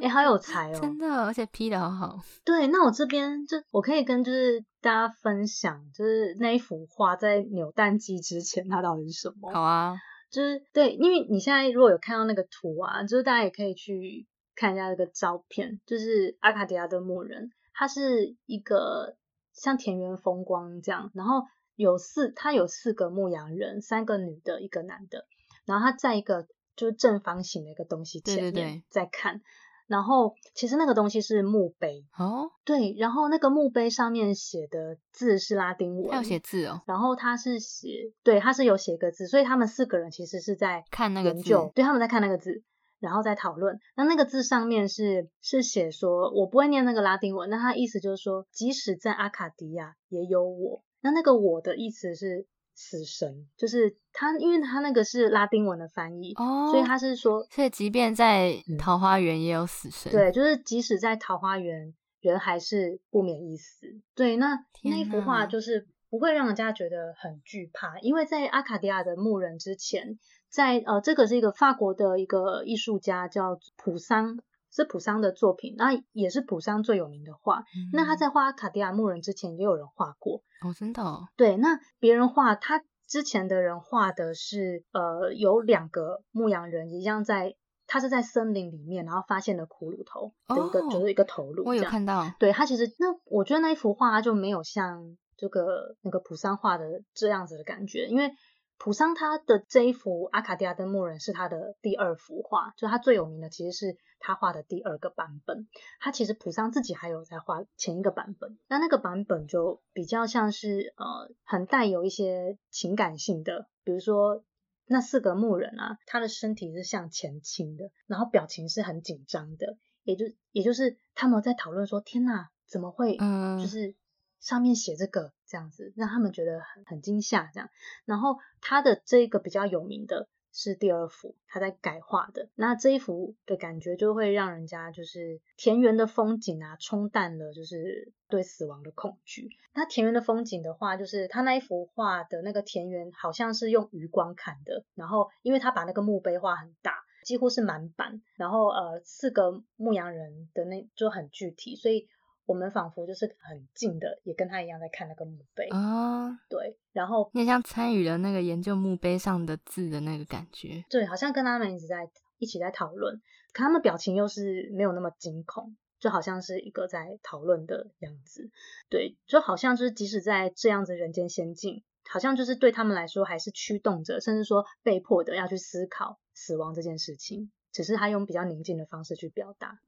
[SPEAKER 1] 哎、好有才哦！
[SPEAKER 2] 真的，而且 P 的好好，
[SPEAKER 1] 对，那我这边就我可以跟就是大家分享，就是那一幅画在扭蛋机之前它到底是什么？
[SPEAKER 2] 好啊，
[SPEAKER 1] 就是对，因为你现在如果有看到那个图啊，就是大家也可以去看一下那个照片，就是阿卡迪亚的牧人，它是一个像田园风光这样，然后有四，它有四个牧羊人，三个女的，一个男的，然后他在一个就是正方形的一个东西
[SPEAKER 2] 对
[SPEAKER 1] 前面
[SPEAKER 2] 对对
[SPEAKER 1] 在看，然后其实那个东西是墓碑，
[SPEAKER 2] 哦，
[SPEAKER 1] 对，然后那个墓碑上面写的字是拉丁文，
[SPEAKER 2] 还有写字哦，
[SPEAKER 1] 然后他是写，对，他是有写一个字，所以他们四个人其实是在
[SPEAKER 2] 看那个
[SPEAKER 1] 研
[SPEAKER 2] 字，
[SPEAKER 1] 究，对，他们在看那个字，然后在讨论。那那个字上面是是写说，我不会念那个拉丁文，那他意思就是说，即使在阿卡迪亚也有我。那那个我的意思是死神，就是他，因为他那个是拉丁文的翻译，
[SPEAKER 2] 哦，
[SPEAKER 1] 所以他是说
[SPEAKER 2] 所以即便在
[SPEAKER 1] 嗯
[SPEAKER 2] 桃花源也有死神，
[SPEAKER 1] 对，就是即使在桃花源，人还是不免一死。对，那那一
[SPEAKER 2] 天
[SPEAKER 1] 幅画
[SPEAKER 2] 呐
[SPEAKER 1] 就是不会让人家觉得很惧怕，因为在阿卡迪亚的牧人之前，在呃，这个是一个法国的一个艺术家叫普桑，是普桑的作品，那也是普桑最有名的画。
[SPEAKER 2] 嗯，
[SPEAKER 1] 那他在画阿卡迪亚牧人之前，也有人画过，
[SPEAKER 2] 哦，真的哦，
[SPEAKER 1] 对，那别人画他之前的人画的是，呃，有两个牧羊人一样在，他是在森林里面，然后发现了骷髅头的一个，就
[SPEAKER 2] 哦
[SPEAKER 1] 是一个头颅
[SPEAKER 2] 我
[SPEAKER 1] 这
[SPEAKER 2] 有
[SPEAKER 1] 样。
[SPEAKER 2] 看到，
[SPEAKER 1] 对他其实那我觉得那一幅画它就没有像这个那个普桑画的这样子的感觉，因为普桑他的这一幅《阿卡迪亚的牧人》是他的第二幅画，就他最有名的其实是他画的第二个版本。他其实普桑自己还有在画前一个版本，那那个版本就比较像是呃很带有一些情感性的，比如说那四个牧人啊，他的身体是向前倾的，然后表情是很紧张的，也就也就是他们在讨论说，天呐，怎么会
[SPEAKER 2] 嗯、
[SPEAKER 1] 就是上面写这个这样子，让他们觉得很很惊吓这样。然后他的这个比较有名的是第二幅，他在改画的。那这一幅的感觉就会让人家就是田园的风景啊，冲淡了就是对死亡的恐惧。那田园的风景的话，就是他那一幅画的那个田园好像是用余光看的，然后因为他把那个墓碑画很大，几乎是满版，然后呃四个牧羊人的那就很具体，所以我们仿佛就是很近的，也跟他一样在看那个墓碑，
[SPEAKER 2] 啊、
[SPEAKER 1] 对，然后
[SPEAKER 2] 你很像参与了那个研究墓碑上的字的那个感觉，
[SPEAKER 1] 对，好像跟他们一直在一起在讨论，可他们表情又是没有那么惊恐，就好像是一个在讨论的样子。对，就好像就是即使在这样子人间仙境，好像就是对他们来说还是驱动着，甚至说被迫的要去思考死亡这件事情，只是他用比较宁静的方式去表达。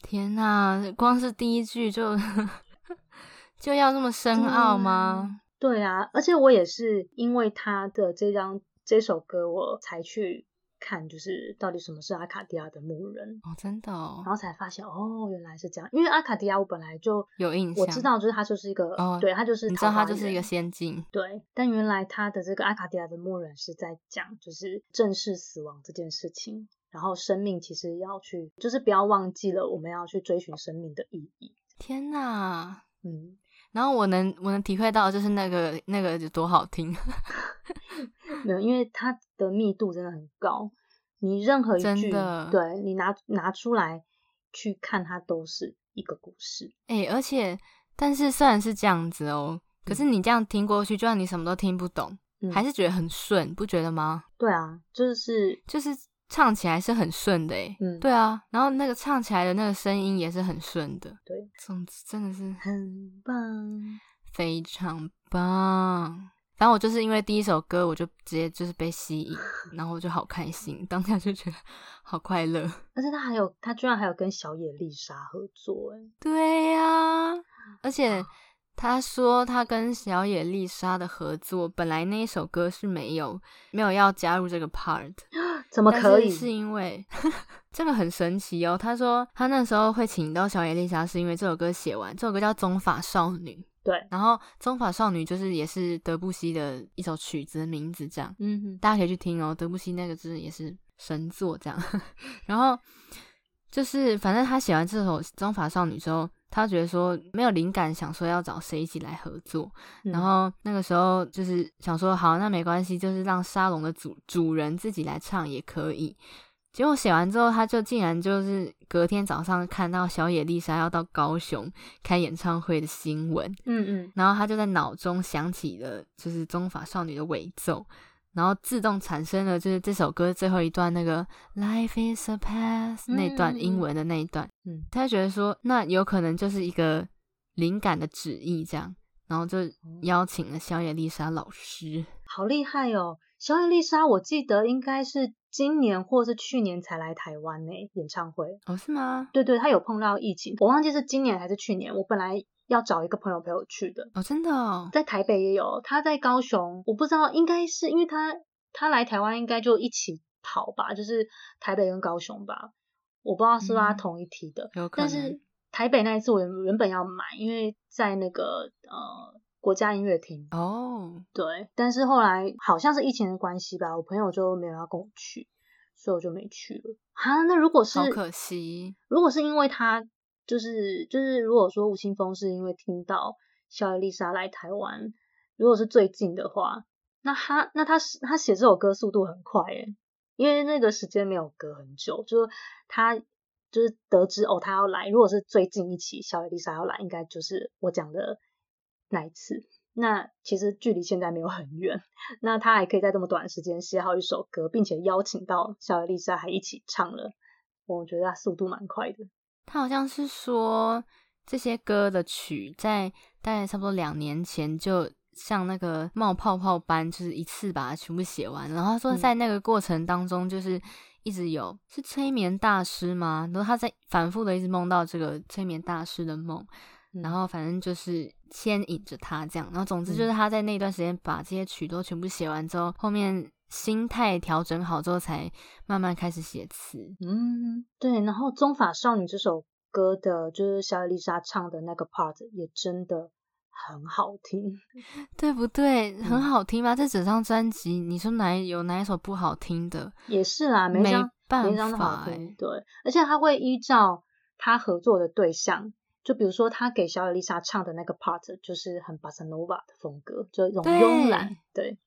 [SPEAKER 2] 天呐，光是第一句就 <laughs> 就要这么深奥
[SPEAKER 1] 嗯
[SPEAKER 2] 吗？
[SPEAKER 1] 对啊，而且我也是因为他的这张这首歌，我才去看，就是到底什么是阿卡迪亚的牧人，
[SPEAKER 2] 哦，真的哦
[SPEAKER 1] 然，后才发现哦，原来是这样。因为阿卡迪亚我本来就
[SPEAKER 2] 有印象。
[SPEAKER 1] 我知，道，就是它就是一个，
[SPEAKER 2] 哦
[SPEAKER 1] 对，它就是
[SPEAKER 2] 你知道
[SPEAKER 1] 桃花
[SPEAKER 2] 他就是一个
[SPEAKER 1] 源
[SPEAKER 2] 仙境，
[SPEAKER 1] 对，但原来他的这个阿卡迪亚的牧人是在讲，就是正视死亡这件事情，然后生命其实要去，就是不要忘记了我们要去追寻生命的意义。
[SPEAKER 2] 天哪！
[SPEAKER 1] 嗯，
[SPEAKER 2] 然后我能我能体会到，就是那个那个有多好听， <laughs>
[SPEAKER 1] 没有，因为它的密度真的很高，你任何一
[SPEAKER 2] 真
[SPEAKER 1] 句，
[SPEAKER 2] 的
[SPEAKER 1] 对你拿拿出来去看，它都是一个故事。
[SPEAKER 2] 哎、而且但是虽然是这样子哦，可是你这样听过去，就算你什么都听不懂，
[SPEAKER 1] 嗯
[SPEAKER 2] 还是觉得很顺，不觉得吗？
[SPEAKER 1] 对啊，就是
[SPEAKER 2] 就是唱起来是很顺的，哎，
[SPEAKER 1] 嗯
[SPEAKER 2] 对啊，然后那个唱起来的那个声音也是很顺的，
[SPEAKER 1] 对，
[SPEAKER 2] 总之真的是
[SPEAKER 1] 很棒。
[SPEAKER 2] 非常棒。反正我就是因为第一首歌，我就直接就是被吸引，然后我就好开心，当下就觉得 <laughs> 好快乐。
[SPEAKER 1] 而且他还有，他居然还有跟小野丽莎合作，哎，
[SPEAKER 2] 对呀、而且他说他跟小野丽莎的合作，本来那一首歌是没有没有要加入这个 part，
[SPEAKER 1] 怎么
[SPEAKER 2] 但
[SPEAKER 1] 可
[SPEAKER 2] 是
[SPEAKER 1] 以？
[SPEAKER 2] 是因为 <laughs> 这个很神奇哦。他说他那时候会请到小野丽莎，是因为这首歌写完，这首歌叫《棕发少女》。
[SPEAKER 1] 对，
[SPEAKER 2] 然后《棕发少女》就是也是德布西的一首曲子的名字，这样
[SPEAKER 1] 嗯哼，
[SPEAKER 2] 大家可以去听哦。德布西那个真的也是神作，这样。 <laughs> 然后就是反正他写完这首《棕发少女》之后，他觉得说没有灵感，想说要找谁一起来合作。
[SPEAKER 1] 嗯
[SPEAKER 2] 然后那个时候就是想说，好，那没关系，就是让沙龙的主主人自己来唱也可以。结果写完之后，他就竟然就是隔天早上看到小野丽莎要到高雄开演唱会的新闻，
[SPEAKER 1] 嗯嗯，
[SPEAKER 2] 然后他就在脑中想起了就是中法少女的尾奏，然后自动产生了就是这首歌最后一段那个 Life is a path
[SPEAKER 1] 嗯
[SPEAKER 2] 那段英文的那一段，
[SPEAKER 1] 嗯，
[SPEAKER 2] 他就觉得说那有可能就是一个灵感的旨意这样，然后就
[SPEAKER 1] 哦
[SPEAKER 2] 邀请了小野丽莎老师，
[SPEAKER 1] 好厉害哦！小野丽莎，我记得应该是今年或是去年才来台湾呢、演唱会。
[SPEAKER 2] 哦是吗？
[SPEAKER 1] 对对，她有碰到疫情，我忘记是今年还是去年。我本来要找一个朋友陪我去的，
[SPEAKER 2] 哦真的哦，
[SPEAKER 1] 在台北也有，她在高雄，我不知道，应该是因为她她来台湾应该就一起跑吧，就是台北跟高雄吧，我不知道是不是她
[SPEAKER 2] 嗯
[SPEAKER 1] 同一梯的，
[SPEAKER 2] 有可
[SPEAKER 1] 但
[SPEAKER 2] 能
[SPEAKER 1] 是台北那一次我原原本要买，因为在那个呃国家音乐厅，
[SPEAKER 2] 哦，
[SPEAKER 1] 对，但是后来好像是疫情的关系吧，我朋友就没有要跟我去，所以我就没去了。哈，那如果是
[SPEAKER 2] 好可惜，
[SPEAKER 1] 如果是因为他，就是就是如果说吴青峰是因为听到小野丽莎来台湾，如果是最近的话，那他那他是他写这首歌速度很快耶，因为那个时间没有隔很久，就是他就是得知哦他要来，如果是最近一期小野丽莎要来，应该就是我讲的那一次。那其实距离现在没有很远，那他还可以在这么短的时间写好一首歌，并且邀请到小野丽莎还一起唱了，我觉得他速度蛮快的。
[SPEAKER 2] 他好像是说这些歌的曲在大概差不多两年前就像那个冒泡泡般，就是一次把它全部写完。然后他说
[SPEAKER 1] 嗯
[SPEAKER 2] 在那个过程当中，就是一直有是催眠大师吗？然后他在反复的一直梦到这个催眠大师的梦，
[SPEAKER 1] 嗯
[SPEAKER 2] 然后反正就是牵引着他这样。然后总之
[SPEAKER 1] 嗯
[SPEAKER 2] 就是他在那段时间把这些曲都全部写完之后，后面心态调整好之后，才慢慢开始写词。
[SPEAKER 1] 嗯，对。然后《中法少女》这首歌的，就是小野丽莎唱的那个 part 也真的很好听。
[SPEAKER 2] 对不对？很
[SPEAKER 1] 嗯
[SPEAKER 2] 好听吧？这整张专辑，你说哪有哪一首不好听的？
[SPEAKER 1] 也是啦，每一
[SPEAKER 2] 没
[SPEAKER 1] 张每
[SPEAKER 2] 办
[SPEAKER 1] 一张都好
[SPEAKER 2] 法、
[SPEAKER 1] 听，
[SPEAKER 2] 欸，
[SPEAKER 1] 对。而且他会依照他合作的对象。就比如说，他给小野丽莎唱的那个 part 就是很 bossa nova 的风格，就一种
[SPEAKER 2] 对
[SPEAKER 1] 慵懒，对，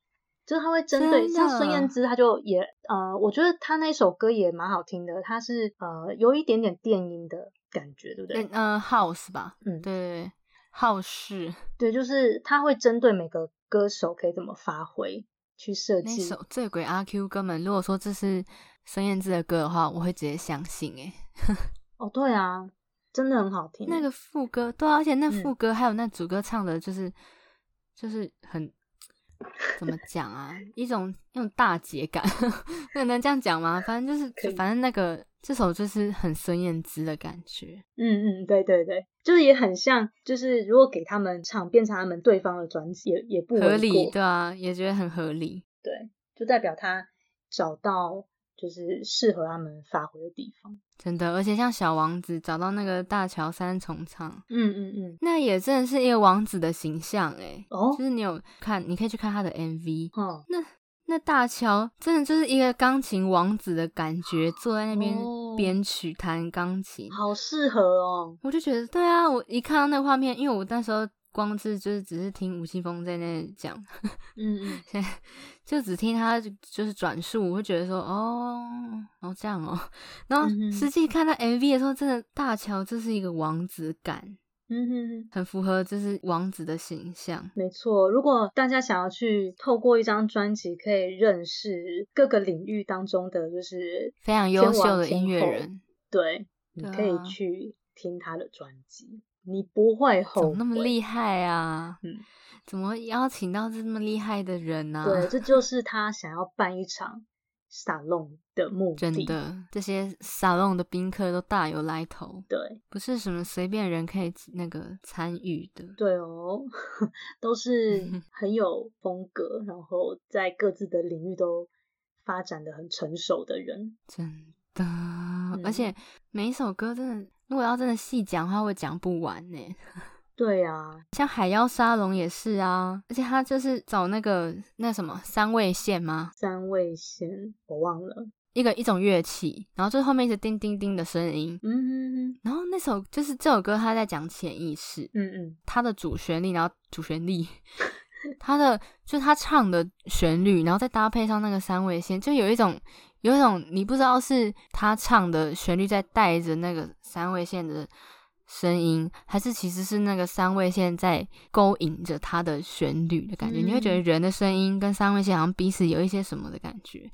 [SPEAKER 1] 就是他会针对
[SPEAKER 2] 真的
[SPEAKER 1] 像孙燕姿，他就也呃，我觉得他那首歌也蛮好听的，他是呃有一点点电音的感觉，对不对？
[SPEAKER 2] 嗯、呃、，House 吧，
[SPEAKER 1] 嗯
[SPEAKER 2] 对对对，好事
[SPEAKER 1] 对，就是他会针对每个歌手可以怎么发挥去设
[SPEAKER 2] 那
[SPEAKER 1] 计。
[SPEAKER 2] 首《醉鬼阿 Q》根本，如果说这是孙燕姿的歌的话，我会直接相信、欸。
[SPEAKER 1] 哦，对啊，真的很好听。欸
[SPEAKER 2] 那个副歌，对啊、而且那
[SPEAKER 1] 嗯
[SPEAKER 2] 副歌还有那主歌唱的，就是、就是很怎么讲啊，一种那种大姐感， <laughs> 那能这样讲吗？反正就
[SPEAKER 1] 可以
[SPEAKER 2] 是，反正那个这首就是很孙燕姿的感觉。
[SPEAKER 1] 嗯嗯，对对对，就是也很像，就是如果给他们唱，变成他们对方的专辑，也也不为
[SPEAKER 2] 合
[SPEAKER 1] 过
[SPEAKER 2] 理，对啊，也觉得很合理。
[SPEAKER 1] 对，就代表他找到就是适合他们发挥的地方。
[SPEAKER 2] 真的，而且像小王子找到那个大桥三重唱，
[SPEAKER 1] 嗯嗯嗯，
[SPEAKER 2] 那也真的是一个王子的形象诶、
[SPEAKER 1] 哦
[SPEAKER 2] 就，是你有看，你可以去看他的 MV，
[SPEAKER 1] 嗯，
[SPEAKER 2] 那大乔真的就是一个钢琴王子的感觉，坐在那边
[SPEAKER 1] 哦
[SPEAKER 2] 编曲弹钢琴，
[SPEAKER 1] 好适合哦，
[SPEAKER 2] 我就觉得对啊，我一看到那个画面，因为我那时候光是就是只是听吴青峰在那讲，
[SPEAKER 1] 嗯
[SPEAKER 2] <laughs>
[SPEAKER 1] 嗯，
[SPEAKER 2] 现在就只听他就就是转述，我会觉得说哦，哦这样哦，然后
[SPEAKER 1] 嗯哼
[SPEAKER 2] 实际看到 MV 的时候，真的大乔这是一个王子感，
[SPEAKER 1] 嗯哼哼。
[SPEAKER 2] 很符合就是王子的形象。
[SPEAKER 1] 没错，如果大家想要去透过一张专辑，可以认识各个领域当中的，就是
[SPEAKER 2] 非常
[SPEAKER 1] 天
[SPEAKER 2] 优秀
[SPEAKER 1] 王
[SPEAKER 2] 的
[SPEAKER 1] 天
[SPEAKER 2] 音乐
[SPEAKER 1] 后
[SPEAKER 2] 人，
[SPEAKER 1] 对，你
[SPEAKER 2] 对
[SPEAKER 1] 可以
[SPEAKER 2] 啊
[SPEAKER 1] 去听他的专辑，你不会
[SPEAKER 2] 怎
[SPEAKER 1] 后
[SPEAKER 2] 么那么
[SPEAKER 1] 悔。
[SPEAKER 2] 厉害啊？
[SPEAKER 1] 嗯，
[SPEAKER 2] 怎么邀请到这么厉害的人啊呢、
[SPEAKER 1] 对，这就是他想要办一场沙龙的目的。
[SPEAKER 2] 真，的，这些沙龙的宾客都大有来头，
[SPEAKER 1] 对
[SPEAKER 2] 不是什么随便人可以那个参与的。
[SPEAKER 1] 对哦， <laughs> 都是
[SPEAKER 2] <laughs>
[SPEAKER 1] 很有风格，然后在各自的领域都发展的很成熟的人。
[SPEAKER 2] 真的，而且每一首歌真的，如果要真的细讲的话，会讲不完呢。
[SPEAKER 1] 对啊，
[SPEAKER 2] 像海妖沙龙也是啊，而且他就是找那个那什么三味线吗？
[SPEAKER 1] 三位先我忘了，
[SPEAKER 2] 一个一种乐器，然后最后面一直叮叮叮的声音。
[SPEAKER 1] 嗯嗯嗯。
[SPEAKER 2] 然后那首就是这首歌，他在讲潜意识，
[SPEAKER 1] 嗯嗯，
[SPEAKER 2] 它的主旋律，然后主旋律， <laughs> 它的就是他唱的旋律，然后再搭配上那个三味线，就有一种有一种你不知道是他唱的旋律在带着那个三味线的声音，还是其实是那个三味线在勾引着他的旋律的感觉。
[SPEAKER 1] 嗯
[SPEAKER 2] 你会觉得人的声音跟三味线好像彼此有一些什么的感觉。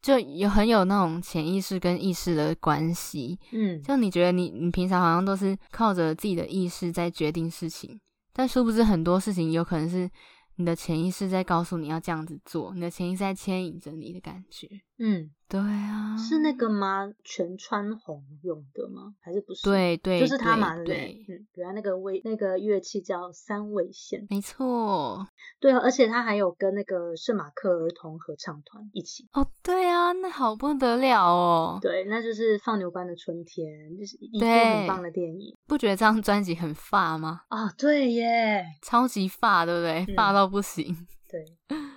[SPEAKER 2] 就有很有那种潜意识跟意识的关系，
[SPEAKER 1] 嗯，
[SPEAKER 2] 就你觉得你你平常好像都是靠着自己的意识在决定事情，但殊不知很多事情有可能是你的潜意识在告诉你要这样子做，你的潜意识在牵引着你的感觉。
[SPEAKER 1] 嗯，
[SPEAKER 2] 对啊，
[SPEAKER 1] 是那个吗？全川红用的吗？还是不是？，
[SPEAKER 2] 对对，
[SPEAKER 1] 就是他
[SPEAKER 2] 对
[SPEAKER 1] 嘛，对不
[SPEAKER 2] 对
[SPEAKER 1] 对？，嗯，原来那个位那个乐器叫三味线，
[SPEAKER 2] 没错。
[SPEAKER 1] 对啊，而且他还有跟那个圣马克儿童合唱团一起，
[SPEAKER 2] 哦，对啊，那好不得了哦！
[SPEAKER 1] 对，那就是《放牛班的春天》，就是一部
[SPEAKER 2] 对
[SPEAKER 1] 很棒的电影
[SPEAKER 2] 不觉得这张专辑很发吗？
[SPEAKER 1] 啊、对耶，
[SPEAKER 2] 超级发，对不
[SPEAKER 1] 嗯
[SPEAKER 2] 对？发到不行， <laughs>
[SPEAKER 1] 对，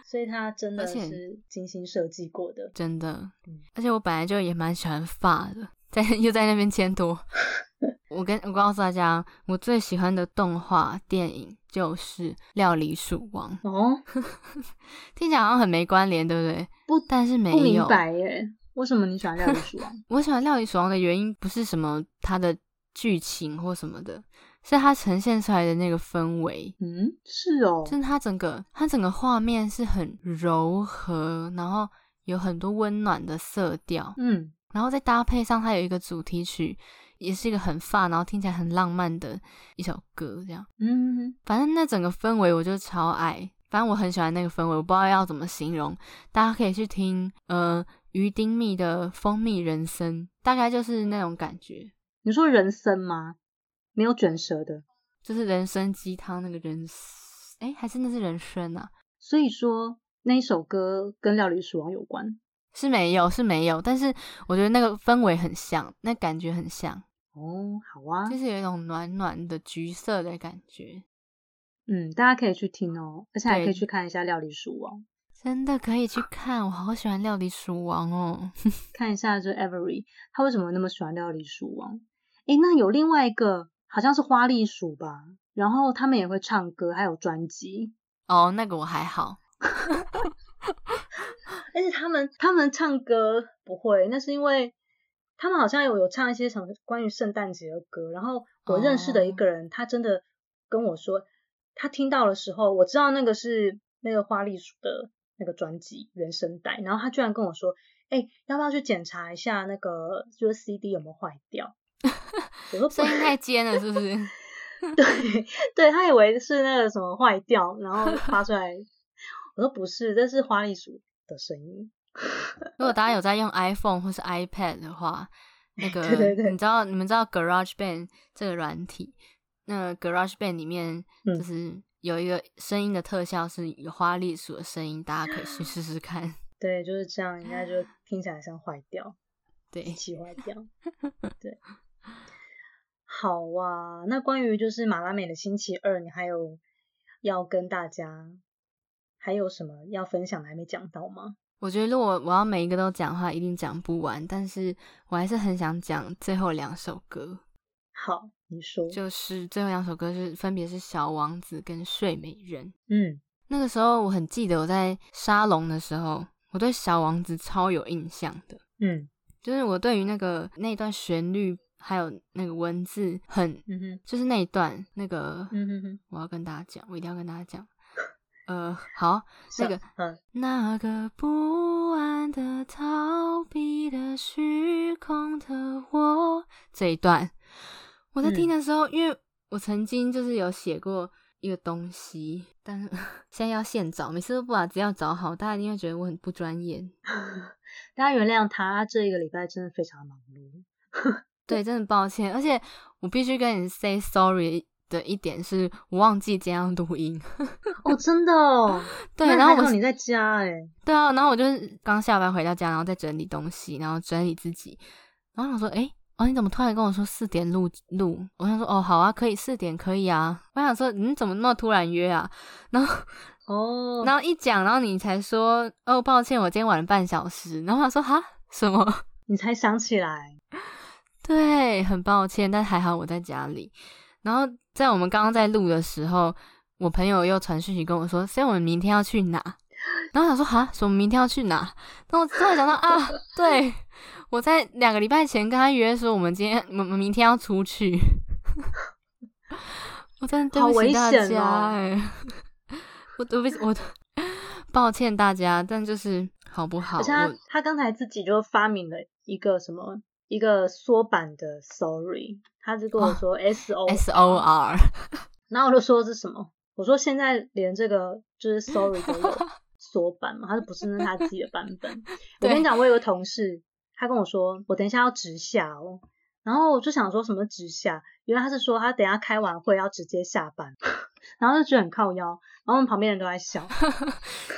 [SPEAKER 1] 所以他真的
[SPEAKER 2] 而且
[SPEAKER 1] 是精心设计过的，
[SPEAKER 2] 真的
[SPEAKER 1] 嗯。
[SPEAKER 2] 而且我本来就也蛮喜欢发的，在又在那边牵拖。 <laughs> 我跟我告诉大家，我最喜欢的动画电影就是《料理鼠王》，
[SPEAKER 1] 哦，
[SPEAKER 2] 听起来好像很没关联，对不对？
[SPEAKER 1] 不
[SPEAKER 2] 但是没
[SPEAKER 1] 不明
[SPEAKER 2] 有。
[SPEAKER 1] 白耶，为什么你喜欢料理鼠
[SPEAKER 2] <laughs>
[SPEAKER 1] 王？
[SPEAKER 2] 我喜欢《料理鼠王》的原因不是什么它的剧情或什么的，是它呈现出来的那个氛围。
[SPEAKER 1] 嗯，是哦，
[SPEAKER 2] 就是它整个它整个画面是很柔和，然后有很多温暖的色调，
[SPEAKER 1] 嗯
[SPEAKER 2] 然后再搭配上它有一个主题曲，也是一个很发，然后听起来很浪漫的一首歌，这样。
[SPEAKER 1] 嗯
[SPEAKER 2] 反正那整个氛围我就超爱，反正我很喜欢那个氛围，我不知道要怎么形容，大家可以去听呃于丁蜜的《蜂蜜人生》，大概就是那种感觉，
[SPEAKER 1] 你说人参吗？没有卷舌的，
[SPEAKER 2] 就是人参鸡汤那个人参，哎，还是那是人参啊？
[SPEAKER 1] 所以说那一首歌跟料理鼠王有关
[SPEAKER 2] 是没有是没有，但是我觉得那个氛围很像，那感觉很像，
[SPEAKER 1] 哦。好啊，
[SPEAKER 2] 就是有一种暖暖的橘色的感觉，
[SPEAKER 1] 嗯，大家可以去听哦，而且还可以
[SPEAKER 2] 对
[SPEAKER 1] 去看一下料理鼠王，
[SPEAKER 2] 真的可以去看，我好喜欢《料理鼠王》哦。
[SPEAKER 1] 看一下这 Avery 他为什么那么喜欢料理鼠王？诶，那有另外一个好像是花栗鼠吧，然后他们也会唱歌，还有专辑，
[SPEAKER 2] <laughs> 哦，那个我还好，
[SPEAKER 1] 而且他们他们唱歌不会，那是因为他们好像有有唱一些什么关于圣诞节的歌。然后我认识的一
[SPEAKER 2] 哦
[SPEAKER 1] 个人他真的跟我说，他听到的时候，我知道那个是那个花栗鼠的那个专辑原声带，然后他居然跟我说，哎、要不要去检查一下那个就是 CD 有没有坏掉？我说不
[SPEAKER 2] 声音太尖了，是不 <laughs> 是？
[SPEAKER 1] 对，对他以为是那个什么坏掉，然后发出来。 <laughs> 我说不是，这是花栗鼠的声音。
[SPEAKER 2] 如果大家有在用 iPhone 或是 iPad 的话，那个 <laughs>
[SPEAKER 1] 对对对
[SPEAKER 2] 你知道你们知道 GarageBand 这个软体，那 GarageBand 里面
[SPEAKER 1] 嗯
[SPEAKER 2] <laughs> 就是有一个声音的特效是有花栗鼠的声音，大家可以去试试看。
[SPEAKER 1] 对，就是这样，应该就听起来像坏掉，
[SPEAKER 2] 对，
[SPEAKER 1] 气坏
[SPEAKER 2] <laughs>
[SPEAKER 1] 掉。对，好啊。那关于就是马拉美的星期二，你还有要跟大家还有什么要分享的还没讲到吗？
[SPEAKER 2] 我觉得如果我要每一个都讲的话，一定讲不完，但是我还是很想讲最后两首歌，
[SPEAKER 1] 好，你说。
[SPEAKER 2] 就是最后两首歌是分别是《小王子》跟《睡美人》。
[SPEAKER 1] 嗯，
[SPEAKER 2] 那个时候我很记得我在沙龙的时候，我对《小王子》超有印象的，
[SPEAKER 1] 嗯
[SPEAKER 2] 就是我对于那个那段旋律还有那个文字很，
[SPEAKER 1] 嗯哼，
[SPEAKER 2] 就是那一段那个，
[SPEAKER 1] 嗯哼哼，
[SPEAKER 2] 我要跟大家讲，我一定要跟大家讲。呃，好，那
[SPEAKER 1] 像
[SPEAKER 2] 个
[SPEAKER 1] 嗯
[SPEAKER 2] 那个不安的、逃避的、虚空的我这一段，我在
[SPEAKER 1] 嗯
[SPEAKER 2] 听的时候，因为我曾经就是有写过一个东西，但是 <laughs> 现在要现找，每次都不把资料找好，大家一定会觉得我很不专业。
[SPEAKER 1] 大家原谅他，这一个礼拜真的非常忙碌。
[SPEAKER 2] 对，真的抱歉，而且我必须跟你 say sorry 的一点是，我忘记今天要录音。
[SPEAKER 1] 哦，真的哦。
[SPEAKER 2] <laughs> 对，
[SPEAKER 1] 那
[SPEAKER 2] 然后
[SPEAKER 1] 还
[SPEAKER 2] 我
[SPEAKER 1] 好你在家哎、
[SPEAKER 2] 对啊，然后我就是刚下班回到家，然后再整理东西，然后整理自己，然后我想说，诶，哦，你怎么突然跟我说四点录录？我想说，哦，好啊，可以四点可以啊。我想说，你怎么那么突然约啊？然后
[SPEAKER 1] 哦，
[SPEAKER 2] 然后一讲，然后你才说，哦，抱歉，我今天晚了半小时。然后我想说，哈，什么？
[SPEAKER 1] 你才想起来，
[SPEAKER 2] 对，很抱歉，但还好我在家里。然后在我们刚刚在录的时候，我朋友又传讯息跟我说，所以我们明天要去哪？然后想说哈，什么明天要去哪？然后我突然想到啊，对，我在两个礼拜前跟他约说，我们今天我们明天要出去。 <laughs> 我真的对
[SPEAKER 1] 好
[SPEAKER 2] 不
[SPEAKER 1] 危
[SPEAKER 2] 起大
[SPEAKER 1] 险
[SPEAKER 2] 家、
[SPEAKER 1] 哦
[SPEAKER 2] 哎， <laughs> 我对不起我，抱歉大家，但就是好不好？
[SPEAKER 1] 而且他
[SPEAKER 2] 我
[SPEAKER 1] 他刚才自己就发明了一个什么一个缩版的 sorry，他就跟我说 S O，、
[SPEAKER 2] 哦 S O R，
[SPEAKER 1] 然后我就说这是什么？我说现在连这个就是 sorry 都
[SPEAKER 2] <laughs>
[SPEAKER 1] 有缩版嘛，他就不是那是他自己的版本。我
[SPEAKER 2] 对
[SPEAKER 1] 跟你讲，我有个同事，他跟我说我等一下要直下哦，然后我就想说什么直下，原来他是说他等一下开完会要直接下班， <laughs> 然后就觉得很靠腰，然后我们旁边人都在笑。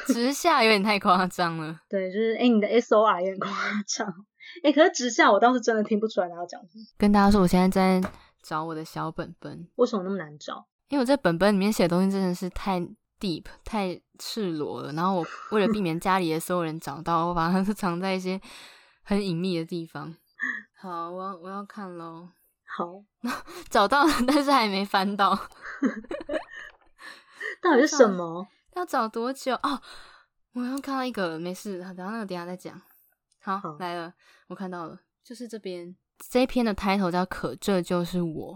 [SPEAKER 2] 直下有点太夸张了。
[SPEAKER 1] 对，就是哎、诶你的 S O R 也很夸张。哎、可是直下我倒是真的听不出来他要讲什么，
[SPEAKER 2] 跟大家说，我现在在找我的小本本，
[SPEAKER 1] 为什么那么难找？
[SPEAKER 2] 因为我在本本里面写的东西真的是太 deep、太赤裸了。然后我为了避免家里的所有人找到，我把它都藏在一些很隐秘的地方。好，我要我要看喽，
[SPEAKER 1] 好，
[SPEAKER 2] 找到了，但是还没翻到，
[SPEAKER 1] 到底是什么？
[SPEAKER 2] 要找多久？哦，我刚看到一个，没事，等到那个等一下再讲。好，
[SPEAKER 1] 好
[SPEAKER 2] 来了，我看到了，就是这边这一篇的 title 叫《可这就是我》。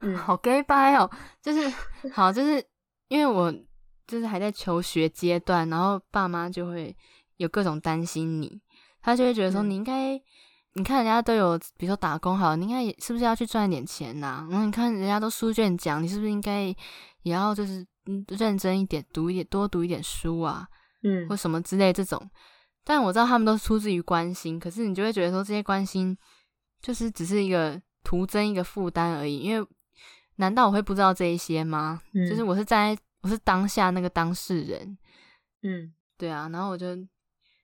[SPEAKER 1] 嗯，
[SPEAKER 2] 好 gay 掰哦，就是好，就是因为我就是还在求学阶段，然后爸妈就会有各种担心你，他就会觉得说
[SPEAKER 1] 嗯
[SPEAKER 2] 你应该，你看人家都有，比如说打工好了，你应该也是不是要去赚一点钱呐、然后你看人家都书卷奖，你是不是应该也要就是嗯认真一点，读一点多读一点书啊，
[SPEAKER 1] 嗯
[SPEAKER 2] 或什么之类这种。但我知道他们都出自于关心，可是你就会觉得说这些关心就是只是一个徒增一个负担而已。因为难道我会不知道这一些吗？
[SPEAKER 1] 嗯
[SPEAKER 2] 就是我是站在我是当下那个当事人，
[SPEAKER 1] 嗯
[SPEAKER 2] 对啊，然后我就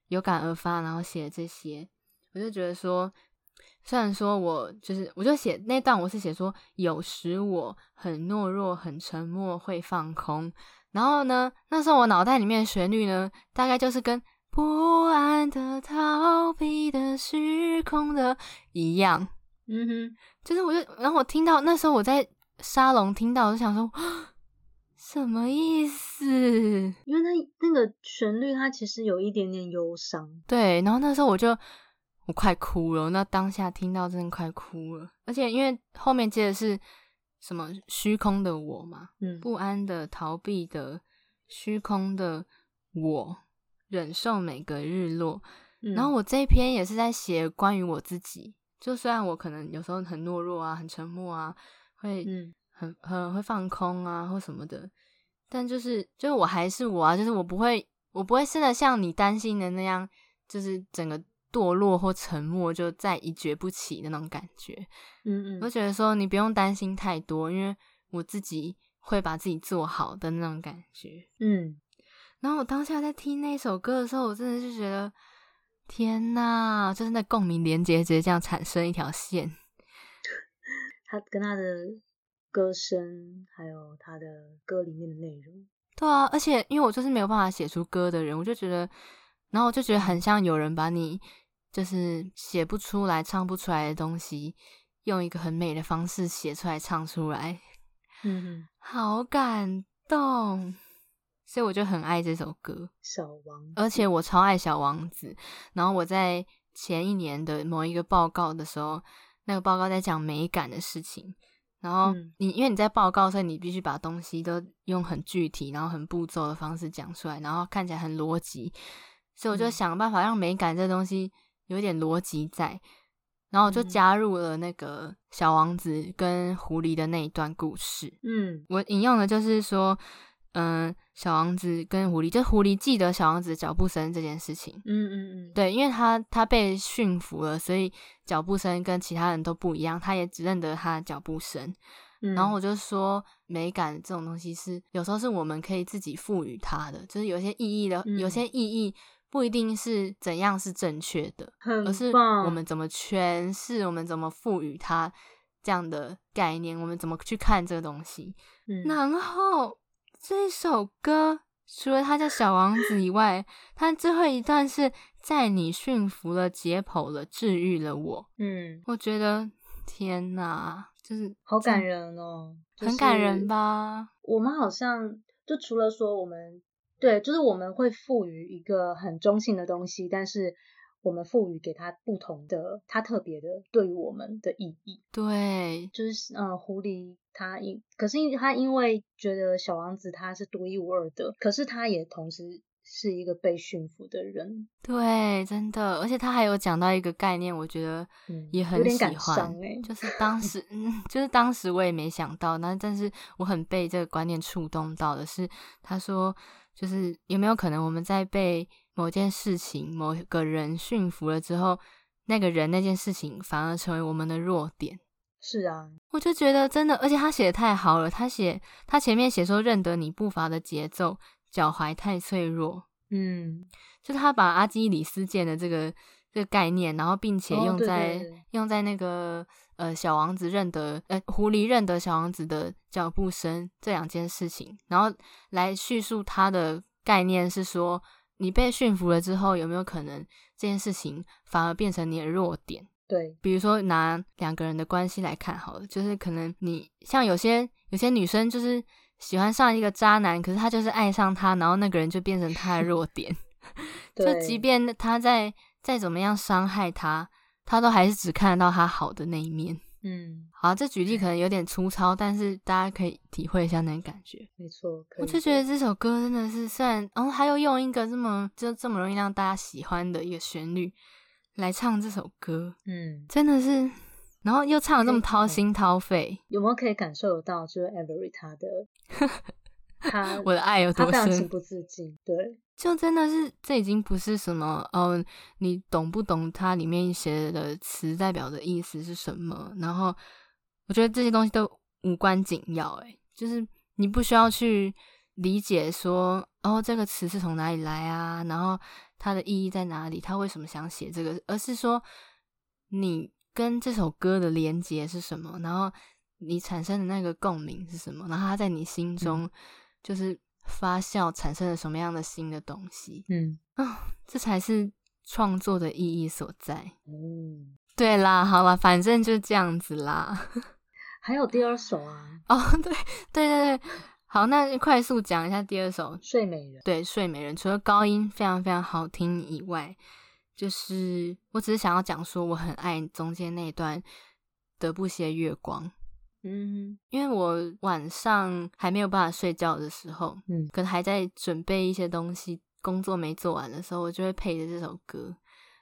[SPEAKER 2] 有感而发，然后写了这些，我就觉得说，虽然说我就是，我就写那段，我是写说，有时我很懦弱，很沉默，会放空。然后呢，那时候我脑袋里面的旋律呢，大概就是跟不安的、逃避的、虚空的一样。
[SPEAKER 1] 嗯哼，
[SPEAKER 2] 就是我就，然后我听到那时候我在沙龙听到，我就想说， <gasps> 什么意思？
[SPEAKER 1] 因为那那个旋律它其实有一点点忧伤。
[SPEAKER 2] 对，然后那时候我就我快哭了，那当下听到真的快哭了，而且因为后面接的是什么虚空的我嘛，
[SPEAKER 1] 嗯
[SPEAKER 2] 不安的、逃避的、虚空的我，忍受每个日落。
[SPEAKER 1] 嗯，
[SPEAKER 2] 然后我这一篇也是在写关于我自己，就虽然我可能有时候很懦弱啊，很沉默啊，会
[SPEAKER 1] 嗯
[SPEAKER 2] 很很会放空啊，或什么的。但就是就是我还是我啊，就是我不会我不会真的像你担心的那样，就是整个堕落或沉默，就再一蹶不起的那种感觉。
[SPEAKER 1] 嗯嗯，
[SPEAKER 2] 我就觉得说你不用担心太多，因为我自己会把自己做好的那种感觉。
[SPEAKER 1] 嗯
[SPEAKER 2] 然后我当下在听那首歌的时候，我真的是觉得天呐，就是那共鸣连接直接这样产生一条线。
[SPEAKER 1] 他跟他的歌声，还有他的歌里面的内容，
[SPEAKER 2] 对啊，而且因为我就是没有办法写出歌的人，我就觉得，然后我就觉得很像有人把你就是写不出来、唱不出来的东西，用一个很美的方式写出来、唱出来，
[SPEAKER 1] 嗯哼，
[SPEAKER 2] 好感动。所以我就很爱这首歌，
[SPEAKER 1] 小王，
[SPEAKER 2] 而且我超爱《小王子》。然后我在前一年的某一个报告的时候，那个报告在讲美感的事情。然后
[SPEAKER 1] 嗯
[SPEAKER 2] 你、因为你在报告，所以你必须把东西都用很具体，然后很步骤的方式讲出来，然后看起来很逻辑。所以我就
[SPEAKER 1] 嗯
[SPEAKER 2] 想办法让美感这东西有点逻辑在。然后我就
[SPEAKER 1] 嗯
[SPEAKER 2] 加入了那个小王子跟狐狸的那一段故事。
[SPEAKER 1] 嗯
[SPEAKER 2] 我引用的就是说，嗯、小王子跟狐狸，就狐狸记得小王子脚步声这件事情。
[SPEAKER 1] 嗯嗯嗯，
[SPEAKER 2] 对，因为他他被驯服了，所以脚步声跟其他人都不一样，他也只认得他的脚步声。
[SPEAKER 1] 嗯
[SPEAKER 2] 然后我就说，美感这种东西是有时候是我们可以自己赋予它的，就是有些意义的，
[SPEAKER 1] 嗯
[SPEAKER 2] 有些意义不一定是怎样是正确的，而是
[SPEAKER 1] 嗯很棒，
[SPEAKER 2] 我们怎么诠释，我们怎么赋予它这样的概念，我们怎么去看这个东西。
[SPEAKER 1] 嗯
[SPEAKER 2] 然后这首歌除了它叫《小王子》以外，它最后一段是在你驯服了、解剖了、治愈了我。
[SPEAKER 1] 嗯，
[SPEAKER 2] 我觉得天哪，就是
[SPEAKER 1] 好感
[SPEAKER 2] 这
[SPEAKER 1] 人哦，
[SPEAKER 2] 很感人
[SPEAKER 1] 吧？
[SPEAKER 2] 吧？
[SPEAKER 1] 我们好像就除了说我们对，就是我们会赋予一个很中性的东西，但是我们赋予给它不同的、它特别的对于我们的意义。
[SPEAKER 2] 对，
[SPEAKER 1] 就是呃，狐狸它因可是因它因为觉得小王子他是独一无二的，可是他也同时是一个被驯服的人，
[SPEAKER 2] 对，真的，而且他还有讲到一个概念，我觉得
[SPEAKER 1] 嗯，
[SPEAKER 2] 也
[SPEAKER 1] 有
[SPEAKER 2] 很
[SPEAKER 1] 点
[SPEAKER 2] 喜
[SPEAKER 1] 感
[SPEAKER 2] 欢
[SPEAKER 1] 伤，哎、
[SPEAKER 2] 就是当时，嗯， <laughs> 就是当时我也没想到，那但是我很被这个观念触动到的是，他说，就是有没有可能我们在被某件事情、某个人驯服了之后，那个人那件事情反而成为我们的弱点？
[SPEAKER 1] 是啊，
[SPEAKER 2] 我就觉得真的，而且他写的太好了，他写他前面写说认得你步伐的节奏，脚踝太脆弱，
[SPEAKER 1] 嗯，
[SPEAKER 2] 就是他把阿基里斯腱的这个这个概念，然后并且
[SPEAKER 1] 哦
[SPEAKER 2] 用
[SPEAKER 1] 对对
[SPEAKER 2] 在、
[SPEAKER 1] 对
[SPEAKER 2] 用在那个呃小王子认得呃狐狸认得小王子的脚步声这两件事情，然后来叙述他的概念是说，你被驯服了之后，有没有可能这件事情反而变成你的弱点？
[SPEAKER 1] 对，
[SPEAKER 2] 比如说拿两个人的关系来看好了，就是可能你像有些有些女生就是喜欢上一个渣男，可是她就是爱上他，然后那个人就变成她的弱点，就
[SPEAKER 1] 对
[SPEAKER 2] 即便他在再怎么样伤害她，她都还是只看得到他好的那一面。
[SPEAKER 1] 嗯，
[SPEAKER 2] 好，这举例可能有点粗糙，但是大家可以体会一下那个感觉。
[SPEAKER 1] 没错，可
[SPEAKER 2] 我
[SPEAKER 1] 以
[SPEAKER 2] 就觉得
[SPEAKER 1] 的
[SPEAKER 2] 这首歌真的是，虽然，然后他又用一个这么就这么容易让大家喜欢的一个旋律来唱这首歌，
[SPEAKER 1] 嗯，
[SPEAKER 2] 真的是，然后又唱的这么
[SPEAKER 1] 非
[SPEAKER 2] 掏
[SPEAKER 1] 常
[SPEAKER 2] 心掏肺，
[SPEAKER 1] 有没有可以感受得到，就是 Avery 他
[SPEAKER 2] <laughs>
[SPEAKER 1] 的他
[SPEAKER 2] 我的爱有
[SPEAKER 1] 他
[SPEAKER 2] 多
[SPEAKER 1] 非常情
[SPEAKER 2] 深？
[SPEAKER 1] 不自禁，对，
[SPEAKER 2] 就真的是，这已经不是什么，嗯、你懂不懂它里面写的词代表的意思是什么？然后我觉得这些东西都无关紧要，诶，就是你不需要去理解说，哦，这个词是从哪里来啊，然后它的意义在哪里，他为什么想写这个，而是说你跟这首歌的连接是什么，然后你产生的那个共鸣是什么，然后它在你心中就是发酵产生了什么样的新的东西，
[SPEAKER 1] 嗯，
[SPEAKER 2] 这才是创作的意义所在。
[SPEAKER 1] 嗯，
[SPEAKER 2] 对啦，好啦，反正就这样子啦。 <laughs>
[SPEAKER 1] 还有第二首啊，
[SPEAKER 2] 哦，对对对对，好，那快速讲一下第二首
[SPEAKER 1] 《睡美人》，
[SPEAKER 2] 对，睡美人除了高音非常非常好听以外，就是我只是想要讲说，我很爱中间那一段德布西的月光，
[SPEAKER 1] 嗯
[SPEAKER 2] 因为我晚上还没有办法睡觉的时候，
[SPEAKER 1] 嗯
[SPEAKER 2] 可能还在准备一些东西，工作没做完的时候，我就会配着这首歌。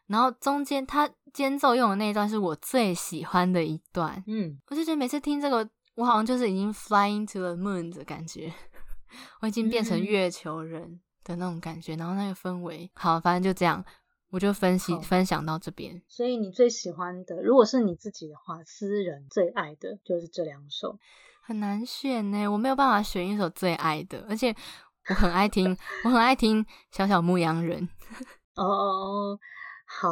[SPEAKER 2] 然后中间他间奏用的那一段是我最喜欢的一段，
[SPEAKER 1] 嗯，
[SPEAKER 2] 我就觉得每次听这个，我好像就是已经 flying to the moon 的感觉， <laughs> 我已经变成
[SPEAKER 1] 嗯
[SPEAKER 2] 月球人的那种感觉，然后那个氛围，好，反正就这样，我就分析
[SPEAKER 1] 好
[SPEAKER 2] 分享到这边。
[SPEAKER 1] 所以你最喜欢的，如果是你自己的话，私人最爱的就是这两首，
[SPEAKER 2] 很难选呢，我没有办法选一首最爱的，而且我很爱听， <laughs> 我很爱听小小牧羊人，
[SPEAKER 1] 哦哦哦，好，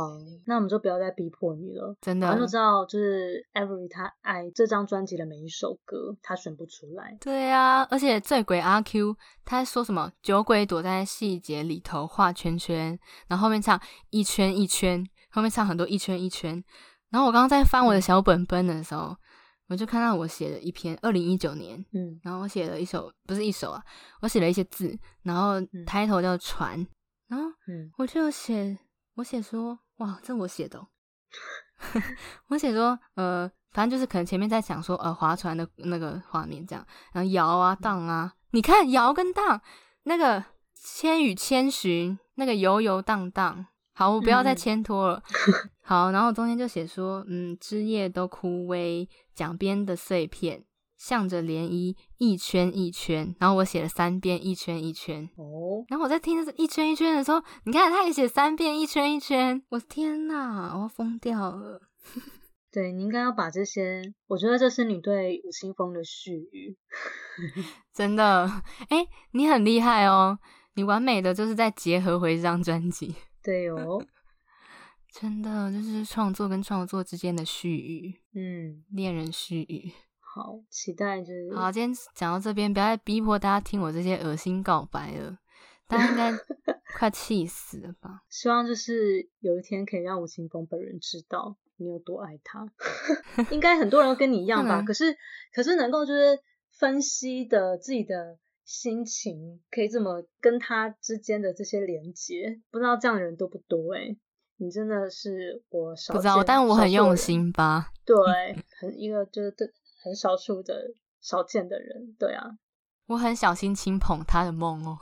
[SPEAKER 1] 那我们就不要再逼迫你了。
[SPEAKER 2] 真
[SPEAKER 1] 反正就
[SPEAKER 2] 的
[SPEAKER 1] 知。道，就是 Avery 他爱这张专辑的每一首歌，他选不出来。
[SPEAKER 2] 对啊，而且醉鬼阿 Q 他说什么酒鬼躲在细节里头画圈圈，然后后面唱一圈一圈，后面唱很多一圈一圈。然后我刚刚在翻我的小本本的时候，我就看到我写了一篇二零一九年
[SPEAKER 1] 嗯
[SPEAKER 2] 然后我写了一首，不是一首啊，我写了一些字，然后
[SPEAKER 1] 嗯
[SPEAKER 2] 抬头叫船，然后
[SPEAKER 1] 嗯，
[SPEAKER 2] 我就有写，我写说，哇，这我写的、哦， <laughs> 我写说，呃，反正就是可能前面在讲说，呃，划船的那个画面这样，然后摇啊荡啊，你看摇跟荡，那个《千与千寻》那个游游荡荡，好，我不要再
[SPEAKER 1] 嗯
[SPEAKER 2] 牵拖了。 <laughs> 好，然后中间就写说，嗯，枝叶都枯萎，桨边的碎片向着涟漪一圈一圈，然后我写了三遍一圈一圈，
[SPEAKER 1] 哦，
[SPEAKER 2] 然后我在听这一圈一圈的时候，你看他也写三遍一圈一圈，我天呐，我要疯掉了。
[SPEAKER 1] 对你应该要把这些，我觉得这是你对吴青峰的絮语。
[SPEAKER 2] 真的，哎，你很厉害哦，你完美的就是在结合回这张专辑，
[SPEAKER 1] 对
[SPEAKER 2] <laughs>
[SPEAKER 1] 哦，
[SPEAKER 2] 真的就是创作跟创作之间的絮语，
[SPEAKER 1] 嗯，
[SPEAKER 2] 恋人絮语。
[SPEAKER 1] 好，期待就是
[SPEAKER 2] 好，今天讲到这边，不要再逼迫大家听我这些恶心告白了，大家应 <laughs> 该快气死了吧？
[SPEAKER 1] 希望就是有一天可以让吴青峰本人知道你有多爱他。 <laughs> 应该很多人都跟你一样吧？
[SPEAKER 2] 嗯
[SPEAKER 1] 可是可是能够就是分析的自己的心情，可以这么跟他之间的这些连接，不知道这样的人多不多哎、你真的是我少
[SPEAKER 2] 不知道，
[SPEAKER 1] 见
[SPEAKER 2] 但我
[SPEAKER 1] 少
[SPEAKER 2] 很
[SPEAKER 1] 数
[SPEAKER 2] 用
[SPEAKER 1] 人，
[SPEAKER 2] 心吧？
[SPEAKER 1] 对，很一个就是对很少数的少见的人，对啊。
[SPEAKER 2] 我很小心轻捧他的梦哦。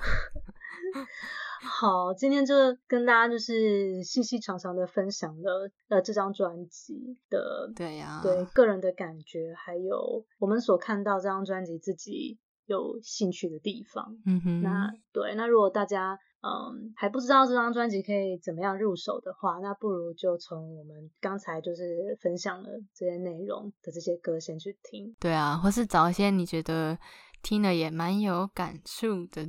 [SPEAKER 1] 好，今天就跟大家就是细细长长的分享了呃这张专辑的
[SPEAKER 2] 对啊呀、
[SPEAKER 1] 对个人的感觉，还有我们所看到这张专辑自己有兴趣的地方。
[SPEAKER 2] 嗯哼，
[SPEAKER 1] 那对，那如果大家嗯还不知道这张专辑可以怎么样入手的话，那不如就从我们刚才就是分享了这些内容的这些歌先去听。
[SPEAKER 2] 对啊，或是找一些你觉得听了也蛮有感触的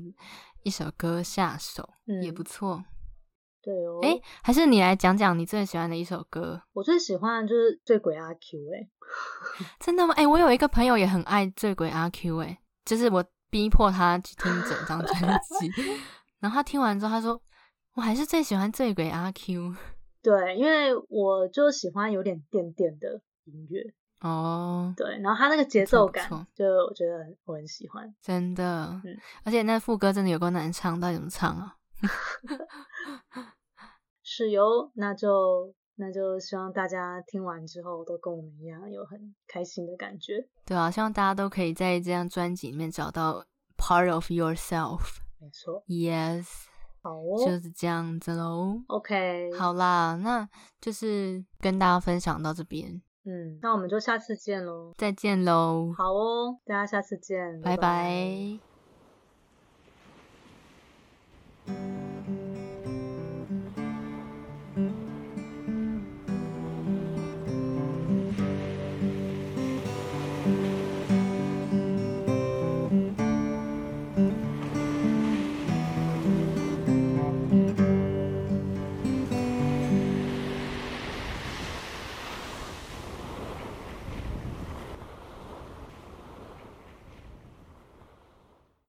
[SPEAKER 2] 一首歌下手、
[SPEAKER 1] 嗯，
[SPEAKER 2] 也不错。
[SPEAKER 1] 对哦。
[SPEAKER 2] 哎，还是你来讲讲你最喜欢的一首歌？
[SPEAKER 1] 我最喜欢的就是醉鬼阿 Q 哎、
[SPEAKER 2] 真的吗？哎，我有一个朋友也很爱《醉鬼阿 Q》，哎，就是我逼迫他去听整张专
[SPEAKER 1] <laughs>
[SPEAKER 2] 辑，然后他听完之后他说：“我还是最喜欢《醉鬼阿 Q》
[SPEAKER 1] 对，因为我就喜欢有点电电的音乐，
[SPEAKER 2] 哦，
[SPEAKER 1] 对，然后它那个节
[SPEAKER 2] 不错
[SPEAKER 1] 奏
[SPEAKER 2] 不
[SPEAKER 1] 感
[SPEAKER 2] 错，
[SPEAKER 1] 就我觉得很我很喜欢。
[SPEAKER 2] 真的
[SPEAKER 1] 嗯，
[SPEAKER 2] 而且那副歌真的有够难唱，到底怎么唱啊？
[SPEAKER 1] 是由，那就那就希望大家听完之后都跟我们一样有很开心的感觉。
[SPEAKER 2] 对啊，希望大家都可以在这张专辑里面找到 part of yourself。
[SPEAKER 1] 没错，
[SPEAKER 2] Yes，
[SPEAKER 1] 好
[SPEAKER 2] 就
[SPEAKER 1] 哦
[SPEAKER 2] 是这样子喽。
[SPEAKER 1] ，OK，，
[SPEAKER 2] 好啦，那就是跟大家分享到这边，
[SPEAKER 1] 嗯，那我们就下次见喽。
[SPEAKER 2] 再见喽，
[SPEAKER 1] 好哦，大家下次见，
[SPEAKER 2] 拜
[SPEAKER 1] 拜
[SPEAKER 2] 拜